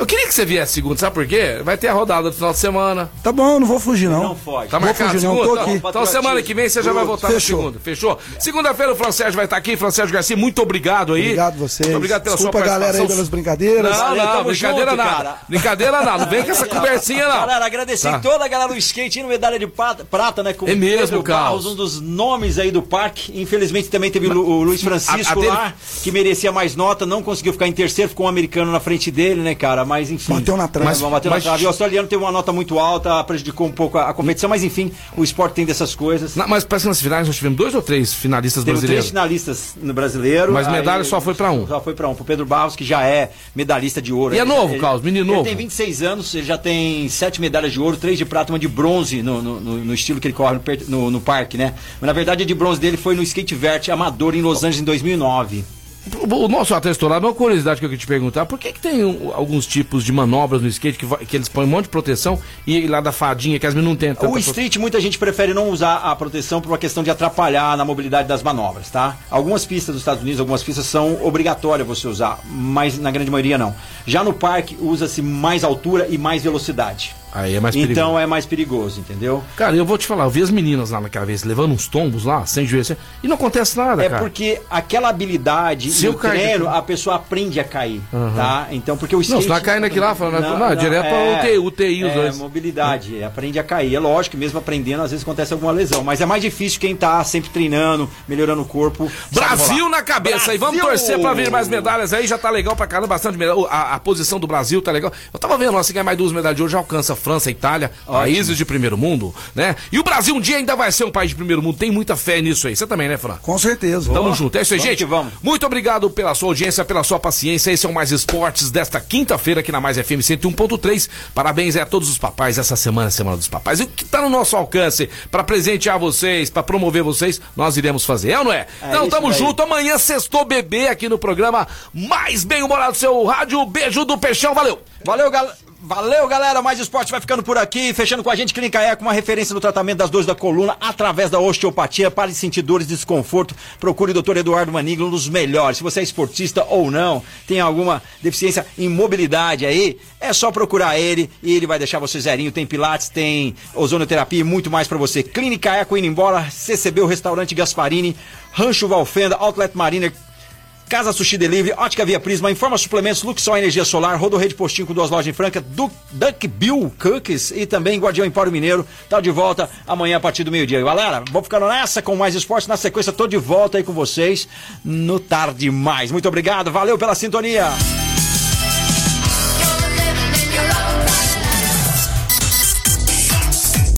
Eu queria que você viesse segunda, sabe por quê? Vai ter a rodada do final de semana. Tá bom, não vou fugir, não. Não foge. Tá Vou marcado fugir, não, segunda? tô Então- aqui. Então semana que vem você já vai voltar Fechou. na segunda. Fechou? Segunda-feira o Francérgio vai estar aqui. Francérgio Garcia, muito obrigado aí. Obrigado vocês. Muito obrigado pela Desculpa sua a galera aí participação. pelas brincadeiras. Não, Valeu, não, tamo brincadeira junto, nada. cara. Brincadeira nada. Não vem com essa conversinha, não. Galera, agradecer Tá. toda a galera do skate no medalha de prata, prata né? Com É mesmo, Pedro Carlos. Barros, um dos nomes aí do parque. Infelizmente também teve o Lu- o Luiz Francisco a- a dele- lá, que merecia mais nota, não conseguiu ficar em terceiro, ficou um americano na frente dele, né, cara? Mas enfim. Bateu na trave. Mas, bateu Mas- na trave. E o australiano teve uma nota muito alta, prejudicou um pouco a, a competição, mas enfim, o esporte tem dessas coisas. Na- Mas parece que nas finais nós tivemos dois ou três finalistas Teve três né? brasileiros. finalistas no brasileiro. Mas aí- medalha só foi pra um. Só foi pra um. Pro Pedro Barros, que já é medalhista de ouro. E é Ele- novo, ele- Carlos, menino ele novo. tem 26 anos, ele já tem sete medalhas de ouro, três de prata, uma de bronze no, no- no- no estilo que ele corre no, per- no- no parque, né? Mas na verdade a de bronze dele foi no skate vert amador em Los Angeles em 2009. O nosso atleta estourado, uma curiosidade que eu queria te perguntar: por que, que tem um- alguns tipos de manobras no skate que, vai- que eles põem um monte de proteção e lá da fadinha, que as meninas não têm tanta O prote- street, muita gente prefere não usar a proteção por uma questão de atrapalhar na mobilidade das manobras, tá? Algumas pistas dos Estados Unidos, algumas pistas são obrigatórias você usar, mas na grande maioria não. Já no parque, usa-se mais altura e mais velocidade. Aí é mais perigoso. Então é mais perigoso, entendeu? Cara, eu vou te falar, eu vi as meninas lá naquela vez levando uns tombos lá, sem joelho, sem- e não acontece nada, É cara. porque aquela habilidade Se e o eu cair treino, daqui- a pessoa aprende a cair, tá? Então, porque o skate... Não, se tá caindo aqui lá, falando, não, direto pra UTI, UTI os é, dois. mobilidade, é, aprende a cair. É lógico, que mesmo aprendendo, às vezes acontece alguma lesão. Mas é mais difícil quem tá sempre treinando, melhorando o corpo. Brasil na cabeça, e vamos Brasil! torcer pra vir mais medalhas aí, já tá legal pra caramba, bastante medalha. A, a posição do Brasil tá legal. Eu tava vendo, ó, se ganhar mais duas medalhas de ouro, já alcança França, Itália, países de primeiro mundo, né? E o Brasil um dia ainda vai ser um país de primeiro mundo, tem muita fé nisso aí. Você também, né, Fran? Com certeza. Tamo junto. É isso aí, Vamos gente. que vamos. Muito obrigado pela sua audiência, pela sua paciência. Esse é o Mais Esportes desta quinta-feira aqui na Mais FM 101.3. Parabéns aí a todos os papais. Essa semana é Semana dos Papais. E o que tá no nosso alcance pra presentear vocês, pra promover vocês, nós iremos fazer, é ou não é? então isso tamo daí. junto. Amanhã, sextou bebê aqui no programa Mais Bem Humorado, seu rádio. Beijo do Peixão. Valeu. Valeu, galera. Valeu, galera. Mais esporte vai ficando por aqui. Fechando com a gente, Clínica Eco, uma referência no tratamento das dores da coluna através da osteopatia. Pare de sentir dores e desconforto. Procure o Dr. Eduardo Maniglo, um dos melhores. Se você é esportista ou não, tem alguma deficiência em mobilidade aí, é só procurar ele e ele vai deixar você zerinho. Tem pilates, tem ozonoterapia e muito mais pra você. Clínica Eco indo embora, CCB, o restaurante Gasparini, Rancho Valfenda, Outlet Mariner, Casa Sushi Delivery, Ótica Via Prisma, Informa Suplementos, Luxol Energia Solar, Rodorrede Postinho com duas lojas em Franca, Du- Duck Bill Cookies e também Guardião Empório Mineiro. Tá de volta amanhã a partir do meio-dia. Galera, vou ficando nessa com mais esporte. Na sequência, tô de volta aí com vocês no Tarde Mais. Muito obrigado, valeu pela sintonia.